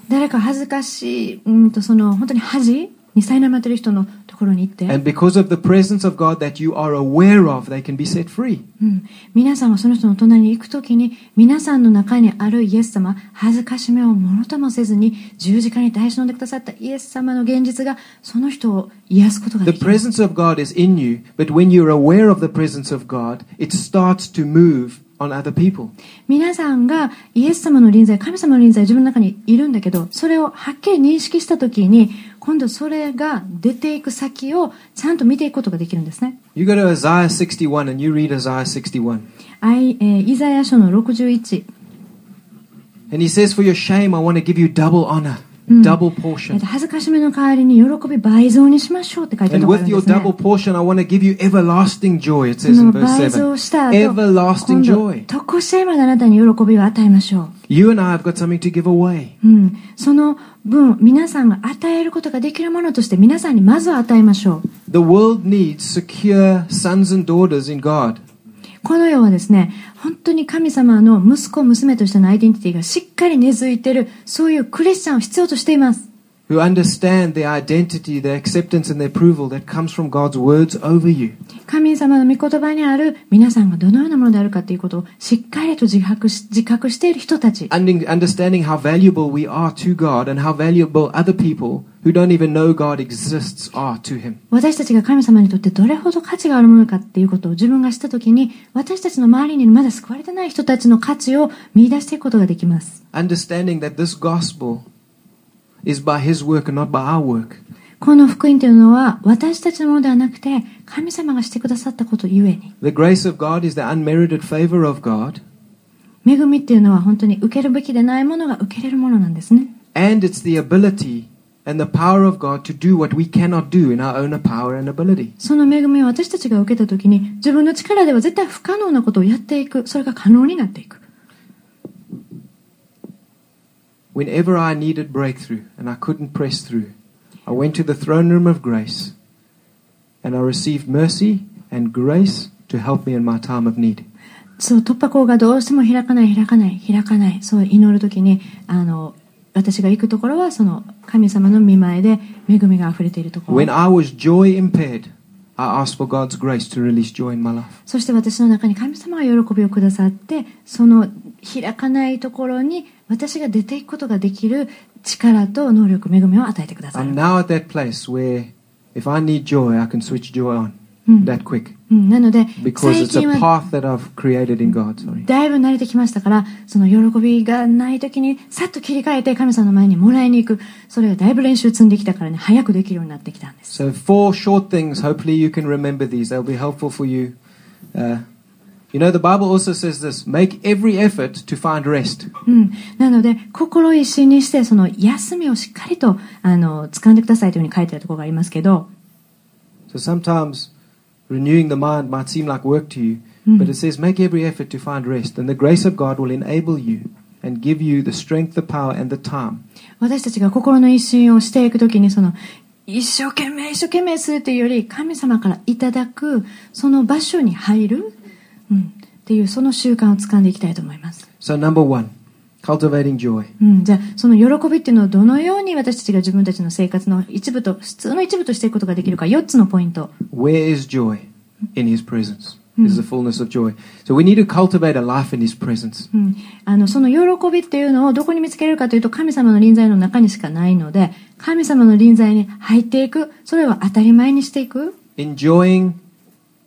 B: 誰か恥ずかしい、うんと、その、本当に恥に苛まれてる人のところに行って、
A: And because of the presence of God that you are aware of, they can be set free.
B: うん、皆さんがその人の隣に行くときに、皆さんの中にあるイエス様、恥ずかしめをものともせずに、十字架に耐え忍んでくださったイエス様の現実が、その人を癒すことが
A: The
B: できます。
A: presence of God is in you, but when you're aware of the presence of God, it starts to move on other people.
B: 皆さんがイエス様の臨在、神様の臨在、自分の中にいるんだけど、それをはっきり認識したときに、今度それが出ていく先をちゃんと見ていくことができるんですね。
A: You go to Isaiah 61 and you read Isaiah 61.
B: あいえーイザヤ書の61、
A: And he says, For your shame, I want to give you double honor, double
B: えっ
A: portion.
B: と恥ずかしめの代わりに喜び倍増にしましょうって書いてある
A: And
B: ところ
A: with
B: なんで
A: your
B: すね
A: double。portion, I want to give you everlasting joy, it
B: そ
A: says
B: の
A: in verse 7.
B: 倍増した後、
A: Everlasting
B: 今度
A: joy.、
B: とこしえまであなたに喜びを与えましょ
A: You and I have got something to give away.
B: う。うん、その分、皆さんが与えることができるものとして、皆さんにまずは与えましょう。
A: The world needs secure sons and daughters in God.
B: この世はですね、本当に神様の息子、娘としてのアイデンティティがしっかり根付いてる、そういうクリスチャンを必要としています。
A: who understand their identity, their acceptance, and their approval that comes from God's words over you.
B: 神様の御言葉にある皆さんがどのようなものであるかということをしっかりと自覚し自覚している人たち。
A: Under- Understanding how valuable we are to God and how valuable other people who don't even know God exists are to Him.
B: 私たちが神様にとってどれほど価値があるものかっていうことを自分が知ったときに、私たちの周りにまだ救われてない人たちの価値を見出していくことができます。
A: Understanding that this gospel is by His work and not by our work.
B: この福音というのは私たちのものではなくて、神様がしてくださったことゆえに。
A: The grace of God is the unmerited favor of God,
B: 恵みっていうのは本当に受けるべきでないものが受けれるものなんですね。
A: and it's the ability and the power of God to do what we cannot do in our own power and ability.
B: その恵みを私たちが受けた時に自分の力では絶対不可能なことをやっていく。それが可能になっていく。
A: Whenever I needed breakthrough and I couldn't press through, I went to the throne room of grace and I received mercy and grace to help me in my time of need.
B: そう、突破口がどうしても開かない、開かない、開かない。そう祈る時に、あの、私が行くところはその神様の見前で恵みが溢れているとこ
A: When
B: ろ。
A: I was joy impaired, I asked for God's grace to release joy in my life.
B: そして私の中に神様が喜びをくださって、その開かないところに私が出ていくことができる力と能力、恵みを与えてくださる
A: I'm。now at that place where if I need joy, I can switch joy on
B: うん
A: that quick
B: うん、なので
A: because
B: 最
A: it's a
B: 近は
A: path that I've created in God. Sorry.
B: だいぶ慣れてきましたからその喜びがない時にさっと切り替えて神様の前にもらいに行くそれがだいぶ練習積んできたからね早くできるようになってきたんです
A: So, four short things. Hopefully, you can remember these. They'll be helpful for you. Uh, you know, the Bible also says this make every effort to find rest.
B: うん、なので心一心にしてその休みをしっかりとあの掴んでくださいというふうに書いてあるところがありますけど
A: So, sometimes renewing the mind might seem like work to you, but it says make every effort to find rest. And the grace of God will enable you and give you the strength, the power, and the time.
B: 私たちが心の一心をしていくときにその一生懸命一生懸命するというより神様からいただくその場所に入る、うん、っていうその習慣を掴んでいきたいと思います
A: So, number one, cultivating joy.
B: うん、じゃあその喜びっていうのをどのように私たちが自分たちの生活の一部と普通の一部としていくことができるか4つのポイント
A: Where is joy? In His presence is the fullness of joy. So, we need to cultivate a life in His presence.
B: うん、あのその喜びっていうのをどこに見つけれるかというと神様の臨在の中にしかないので神様の臨在に入っていくそれを当たり前にしていく
A: enjoying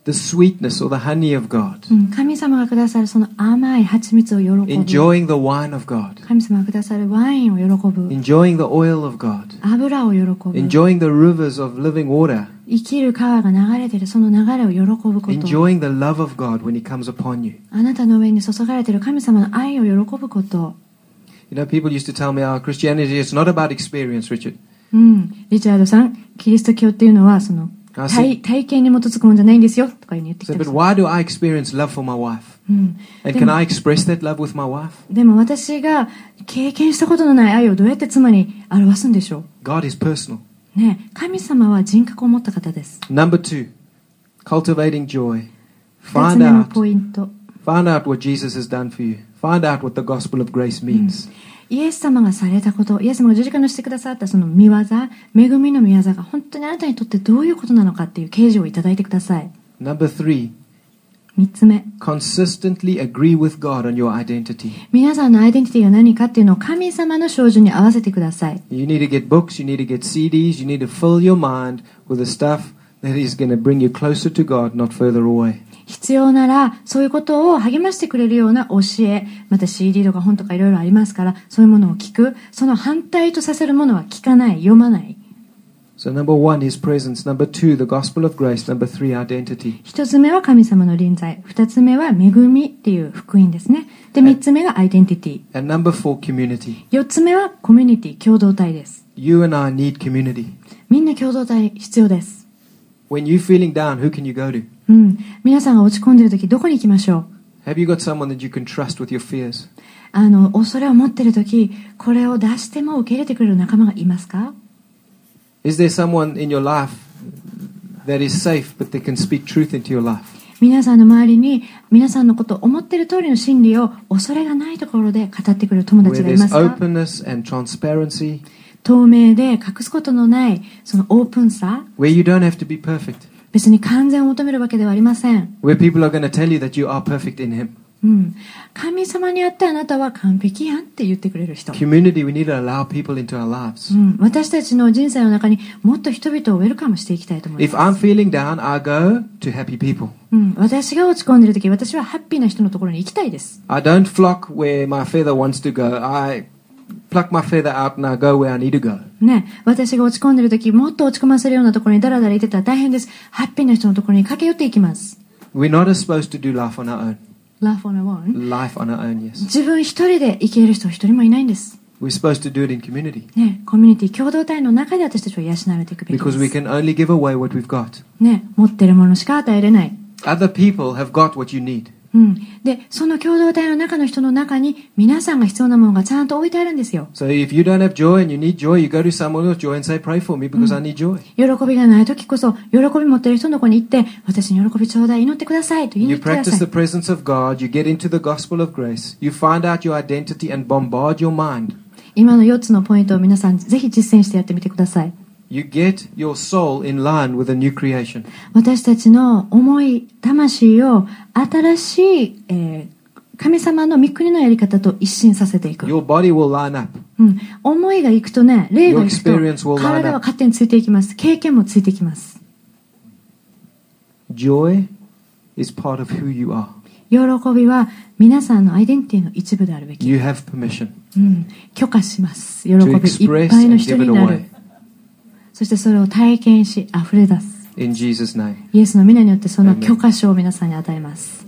A: the sweetness or the honey of God,
B: うん神様がくださるその甘い蜂蜜を喜ぶ
A: enjoying the wine of God,
B: 神様がくださるワインを喜ぶ
A: enjoying the oil of God,
B: 油を喜ぶ
A: enjoying the rivers of living water,
B: 生きる川が流れているその流れを喜ぶこと
A: enjoying the love of God when He comes upon you.
B: あなたの上に注がれている神様の愛を喜ぶこと、
A: You know, people used to tell me, oh, Christianity, it's not about experience, Richard.
B: うん、リチャードさんキリスト教っていうのはその
A: あ
B: 体体験に基づくもんじゃないんですよとかいうふうに言って
A: I
B: きた
A: said,
B: んで
A: but
B: す
A: why do I experience love for my wife?
B: うん、
A: And can
B: でも
A: I express that love with my wife?
B: でも私が経験したことのない愛をどうやって妻に表すんでしょ
A: God is personal.
B: うねえ神様は人格を持った方です
A: Number two, cultivating joy.
B: 2つ
A: Find
B: 目の
A: out,
B: ポイント
A: find out what Jesus has done for you. Find out what the gospel of grace means.
B: イエス様がされたことイエス様が十字架のしてくださったその見業恵みの見業が本当にあなたにとってどういうことなのかっていう啓示をいただいてください
A: Number three,
B: 3つ目
A: consistently agree with God on your identity.
B: 皆さんのアイデンティティが何かっていうのを神様の照準に合わせてください
A: You need to get books, you need to get CDs, you need to fill your mind with the stuff that is going to bring you closer to God, not further away.
B: 必要ならそういうことを励ましてくれるような教えまた CD とか本とかいろいろありますからそういうものを聞くその反対とさせるものは聞かない読まない
A: So, number one, His presence. Number two, the gospel of grace. Number three, identity.
B: 一つ目は神様の臨在二つ目は恵みっていう福音ですねで三つ目がアイデンティティ
A: And number four, community.
B: 四つ目はコミュニティ共同体です
A: You and I need community.
B: みんな共同体必要です、
A: When you're feeling down, who can you go to?
B: うん、皆さんが落ち込んでる時どこに行きましょう
A: Have you got someone that you can trust with your fears?
B: あの恐れを持ってる時これを出しても受け入れてくれる仲間がいますか
A: Is there someone in your life that is safe but they can speak truth into your life?
B: 皆さんの周りに皆さんのことを思ってる通りの真理を恐れがないところで語ってくれる友
A: Where
B: 達がいま
A: there's
B: すか
A: openness and transparency,
B: 透明で隠すことのないそのオープンさ
A: where you don't have to be perfect,
B: 別に完全を求めるわけではありません、
A: where people are going to tell you that you are perfect in Him.
B: うん、神様にあってあなたは完璧やんって言ってくれる人、
A: Community, we need to allow people into our lives.
B: うん、私たちの人生の中にもっと人々をウェルカムしていきたいと思い
A: If
B: ま
A: I'm
B: す、
A: feeling down, I go to happy people.
B: うん、私が落ち込んでる時私はハッピーな人のところに行きたいです
A: I don't flock where my feather wants to go. I pluck my feather out and I go where I need to go.
B: ね、私が落ち込んでる時もっと落ち込ませるようなところにダラダラいてたら大変ですハッピーな人のところに駆け寄っていきます
A: We're not as supposed to do life on our own.
B: Love on a one.
A: Life on our own, yes.
B: 自分一人で生きれる人は一人もいないんです。
A: We're supposed to do it in community
B: ね、コミュニティ、共同体の中で私たちは養われていくべき
A: because we
B: です。
A: can only give away what we've got.
B: ね、持ってるものしか与えれない。
A: Other people have got what you need.
B: うん。で、その共同体の中の人の中に皆さんが必要なものがちゃんと置いてあるんですよ。
A: So if you don't have joy and you need joy, you go to someone with joy and say, Pray for me because I need joy.
B: 喜びがない時こそ、喜び持ってる人のとこに行って、私に喜びちょうだい、祈ってくださいと言いに
A: You
B: 行ってくだ
A: practice
B: さ
A: the
B: い。
A: presence of God, you get into the gospel of grace, you find out your identity and bombard your mind.
B: 今の4つのポイントを皆さんぜひ実践してやってみてください。
A: You get your soul in line with a new creation.
B: 私たちの重い魂を新しい、えー神様の御国のやり方と一新させていく、
A: Your body will line up.
B: うん、思いがいくとね霊がい
A: Your
B: く
A: experience will
B: と
A: line up.
B: 体は勝手についていきます経験もついてきます
A: Joy is part of who you are.
B: 喜びは皆さんのアイデンティティの一部であるべき、
A: You have permission
B: うん、許可します喜び
A: to
B: いっ
A: express
B: ぱいの
A: and
B: 人
A: give
B: に
A: it
B: なる
A: away
B: そしてそれを体験し溢れ出す
A: in Jesus' name.
B: イエスの皆によってその許可証を皆さんに与えます、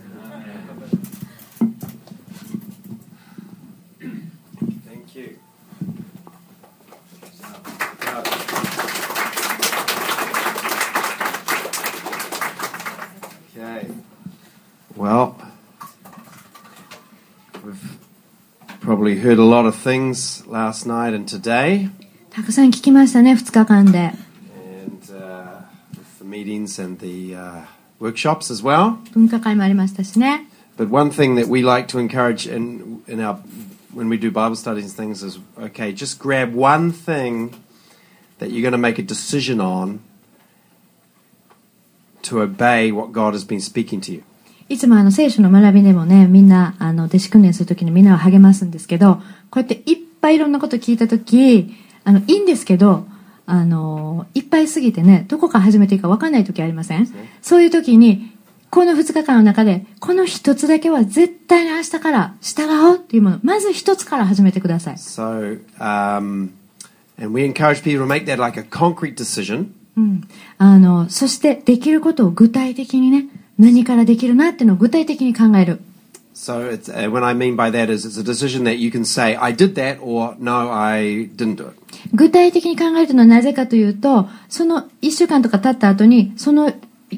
C: Thank you. Okay. Well, we've probably heard a lot of things last night and today,
B: たくさん聞きましたね2日間で
C: and uh, with the meetings and the uh, workshops as well.
B: 文化会もありましたしね
C: But one thing that we like to encourage in in our when we do Bible studies and things is okay, just grab one thing that you're going to make a decision on to obey what God has been speaking to you.
B: いつもあの聖書の学びでもね、みんな、あの、弟子訓練するときにみんなを励ますんですけど、こうやっていっぱいいろんなこと聞いたとき、あの、いいんですけど、あの、いっぱいすぎてね、どこから始めていいかわかんないときありませんそういうときに、この2日間の中で、この一つだけは絶対に明日から従おうっていうもの、まず一つから始めてください。
C: So, um, and we encourage people to make that like a concrete decision.
B: うん。あの、そしてできることを具体的にね、何からできるなっていうのを具体的に考える。
C: So, it's, uh, what I mean by that is it's a decision that you can say, I did that, or no, I didn't do it.
B: 具体的に考えるのはなぜかというと、その1週間とか経った後に、その、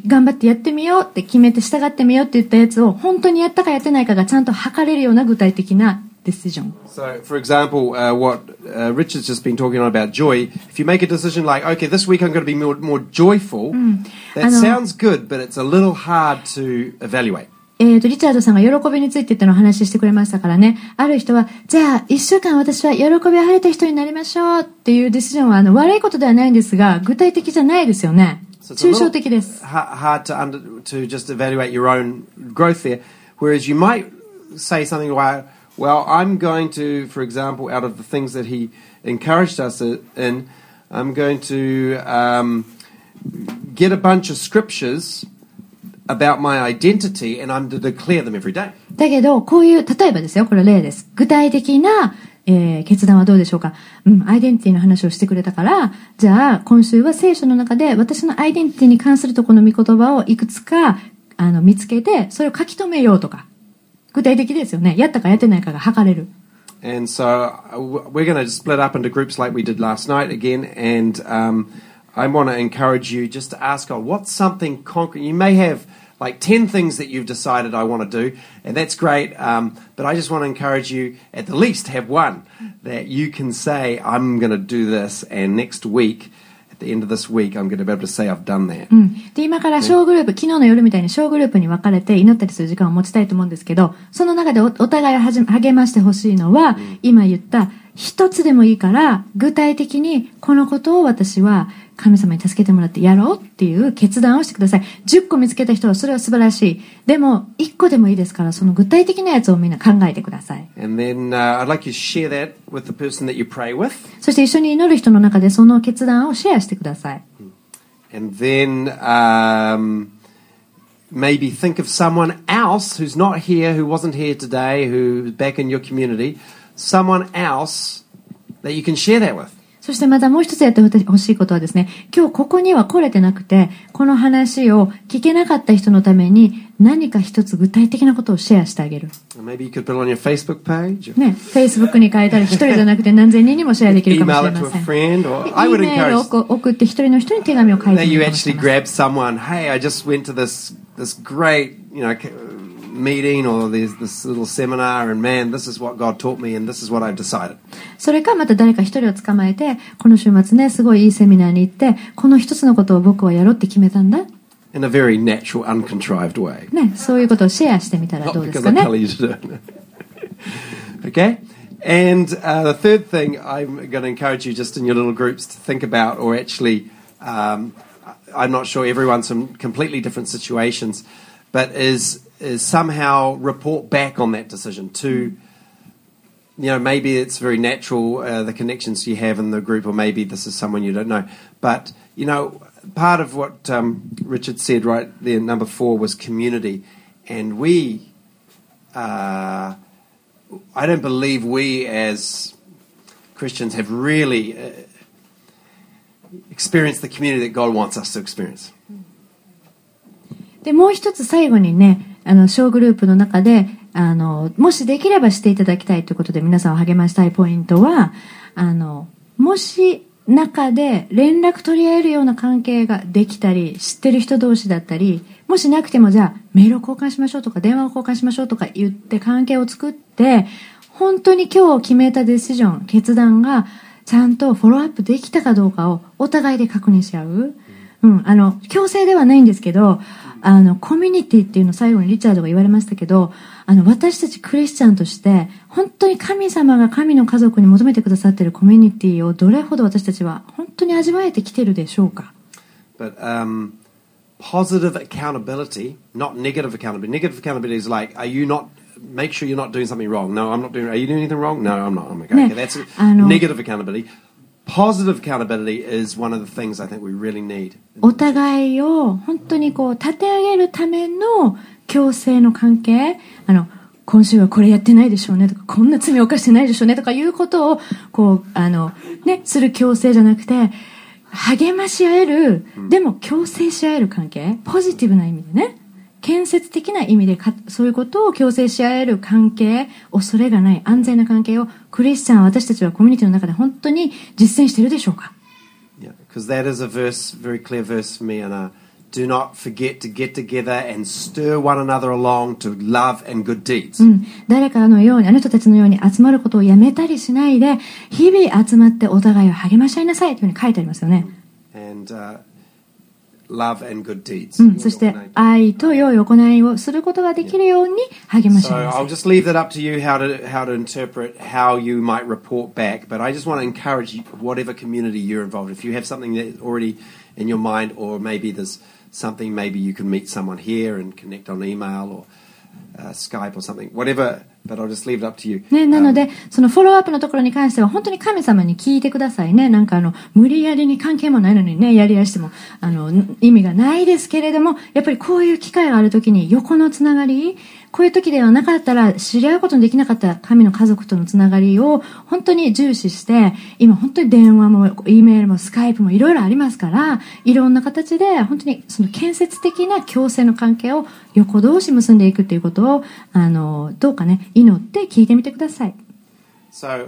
B: 頑張ってやってみようって決めて従ってみようって言ったやつを、本当にやったかやってないかがちゃんと測れるような具体的なディシジョン。
C: So, for example, uh, what uh, Richard's just been talking on about joy, if you make a decision like, okay, this week I'm going to be more, more joyful,
B: And,
C: that
B: uh,
C: sounds good, but it's a little hard to evaluate.
B: えー、と、リチャードさんが喜びについてってのをお話ししてくれましたからね。ある人は、じゃあ、一週間私は喜びあふれた人になりましょうっていうディシジョンは、あの、悪いことではないんですが、具体的じゃないですよね。
C: So it's
B: 抽
C: a little
B: 象的です。
C: ha- hard to under, to just evaluate your own growth there. Whereas you might say something like, "Well, I'm going to, for example, out of the things that he encouraged us i- in, I'm going to um, get a bunch of scriptures about my identity, and I'm to declare them every day."
B: だけど、こういう、例えばですよ、これ例です。具体的な、えー決断はどうでしょうか。うん、アイデンティティの話をしてくれたから、じゃあ、今週は聖書の中で、私のアイデンティティに関するとこの御言葉をいくつか、あの、見つけて、それを書き留めようとか。具体的ですよね。やったかやってないかが測れる。
C: And so uh, w- we're going to split up into groups like we did last night again. And um, I want to encourage you just to ask God, what's something concrete? You may have like 10 things that you've decided I want to do, and that's great. Um, but I just want to encourage you at the least have one that you can say, I'm going to do this. And next week, at the end of this week, I'm going to be able to say, I've done that.
B: うんで、今から小グループ、昨日の夜みたいに小グループに分かれて祈ったりする時間を持ちたいと思うんですけど、その中でおお互いをはじ励ましてほしいのは、今言った、一つでもいいから、具体的にこのことを私は神様に助けてもらってやろうっていう決断をしてください。10個見つけた人はそれは素晴らしい。でも、1個でもいいですから、その具体的なやつをみんな考えてください。
C: And then uh, I'd like you to share that with the person that you pray with.
B: そして一緒に祈る人の中でその決断をシェアしてください。
C: And then um, maybe think of someone else who's not here, who wasn't here today, who's back in your community, someone else that you can share that with.
B: そしてまたもう一つやってほしいことはですね、今日ここには来れてなくて、この話を聞けなかった人のために何か一つ具体的なことをシェアしてあげる。
C: And maybe you could put it on your Facebook page. Or
B: ね、Facebook に書いたら一人じゃなくて何千人にもシェアできるかも
C: Email
B: しれ
C: it to
B: ま
C: a
B: せん。
C: friend, or
B: で
C: I would
B: イメールを
C: encourage
B: こう送って一人の人に手紙を書いて
C: that
B: み
C: you
B: るかもしれ
C: actually
B: ません
C: grab someone. Hey, I just went to this this great you know c- meeting or there's this little seminar, and man, this is what God taught me, and this is what I've decided.
B: それかまた誰か一人を捕まえて、この週末ね、すごいいいセミナーに行って、この一つのことを僕はやろうって決めたんだ。
C: In a very natural, uncontrived way.
B: ね、そういうことをシェアしてみたら
C: Not
B: どうです
C: because
B: か
C: I
B: ね
C: tell。you to do it. (laughs) okay? And uh, the third thing I'm going to encourage you just in your little groups to think about, or actually, um, I- I'm not sure everyone's in completely different situations, but is, is somehow report back on that decision to you know, maybe it's very natural, uh, the connections you have in the group, or maybe this is someone you don't know. But, you know, part of what um, Richard said right there, number four, was community. And we, uh, I don't believe we as Christians have really uh, experienced the community that God wants us to experience.
B: で、もう一つ最後にね、あの、小グループの中で、あの、もしできればしていただきたいということで皆さんを励ましたいポイントは、あの、もし中で連絡取り合えるような関係ができたり、知ってる人同士だったり、もしなくてもじゃあメールを交換しましょうとか電話を交換しましょうとか言って関係を作って、本当に今日決めたディシジョン、決断がちゃんとフォローアップできたかどうかをお互いで確認し合う。うん、あの、強制ではないんですけど、あの、コミュニティっていうの最後にリチャードが言われましたけど、あの、私たちクリスチャンとして、本当に神様が神の家族に求めてくださっているコミュニティをどれほど私たちは本当に味わえてきてるでしょうか
C: But um, positive accountability, not negative accountability. Negative accountability is like, are you not? Make sure you're not doing something wrong. No, I'm not doing. Are you doing anything wrong? No, I'm not. I'm okay.
B: No,
C: okay that's
B: I know.
C: negative accountability. positive accountability is one of the things I think we really need.
B: お互いを本当にこう立て上げるための共生の関係あの今週はこれやってないでしょうねとかこんな罪を犯してないでしょうねとかいうことをこうあの、ね、する共生じゃなくて励まし合える、でも共生し合える関係ポジティブな意味でね建設的な意味でかそういうことを共生し合える関係恐れがない安全な関係をクリスチャン私たちはコミュニティの中で本当に実践しているでしょうか
C: Yeah, because that is a verse, very clear verse for me. And uh, do not forget to get together and stir one another along to love and good deeds.
B: うん、誰かのように、あの人たちのように集まることをやめたりしないで、日々集まってお互いを励まし合いなさいというふうに書いてありますよね。
C: And uh, love and good deeds.
B: うん、そして愛と良い行いをすることができるように励まし
C: So
B: 合いなさ
C: I'll
B: い。
C: just leave that up to you how to how to interpret how you might report back. But I just want to encourage you, whatever community you're involved. in. If you have something that is already in your mind, or maybe there's something, maybe you can meet someone here and connect on email or uh, Skype or something, whatever. But I'll just leave it up to you.
B: ね、な
C: Um,
B: ので、そのフォローアップのところに関しては、本当に神様に聞いてくださいね。なんかあの、無理やりに関係もないのにね、やりやしても、あの、意味がないですけれども、やっぱりこういう機会があるときに、横のつながり、こういう時ではなかったら、知り合うことのできなかった神の家族とのつながりを、本当に重視して、今本当に電話も、E メールも、スカイプもいろいろありますから、いろんな形で、本当にその建設的な共生の関係を横同士結んでいくということを、あの、どうかね、祈って聞いてみてください。
C: so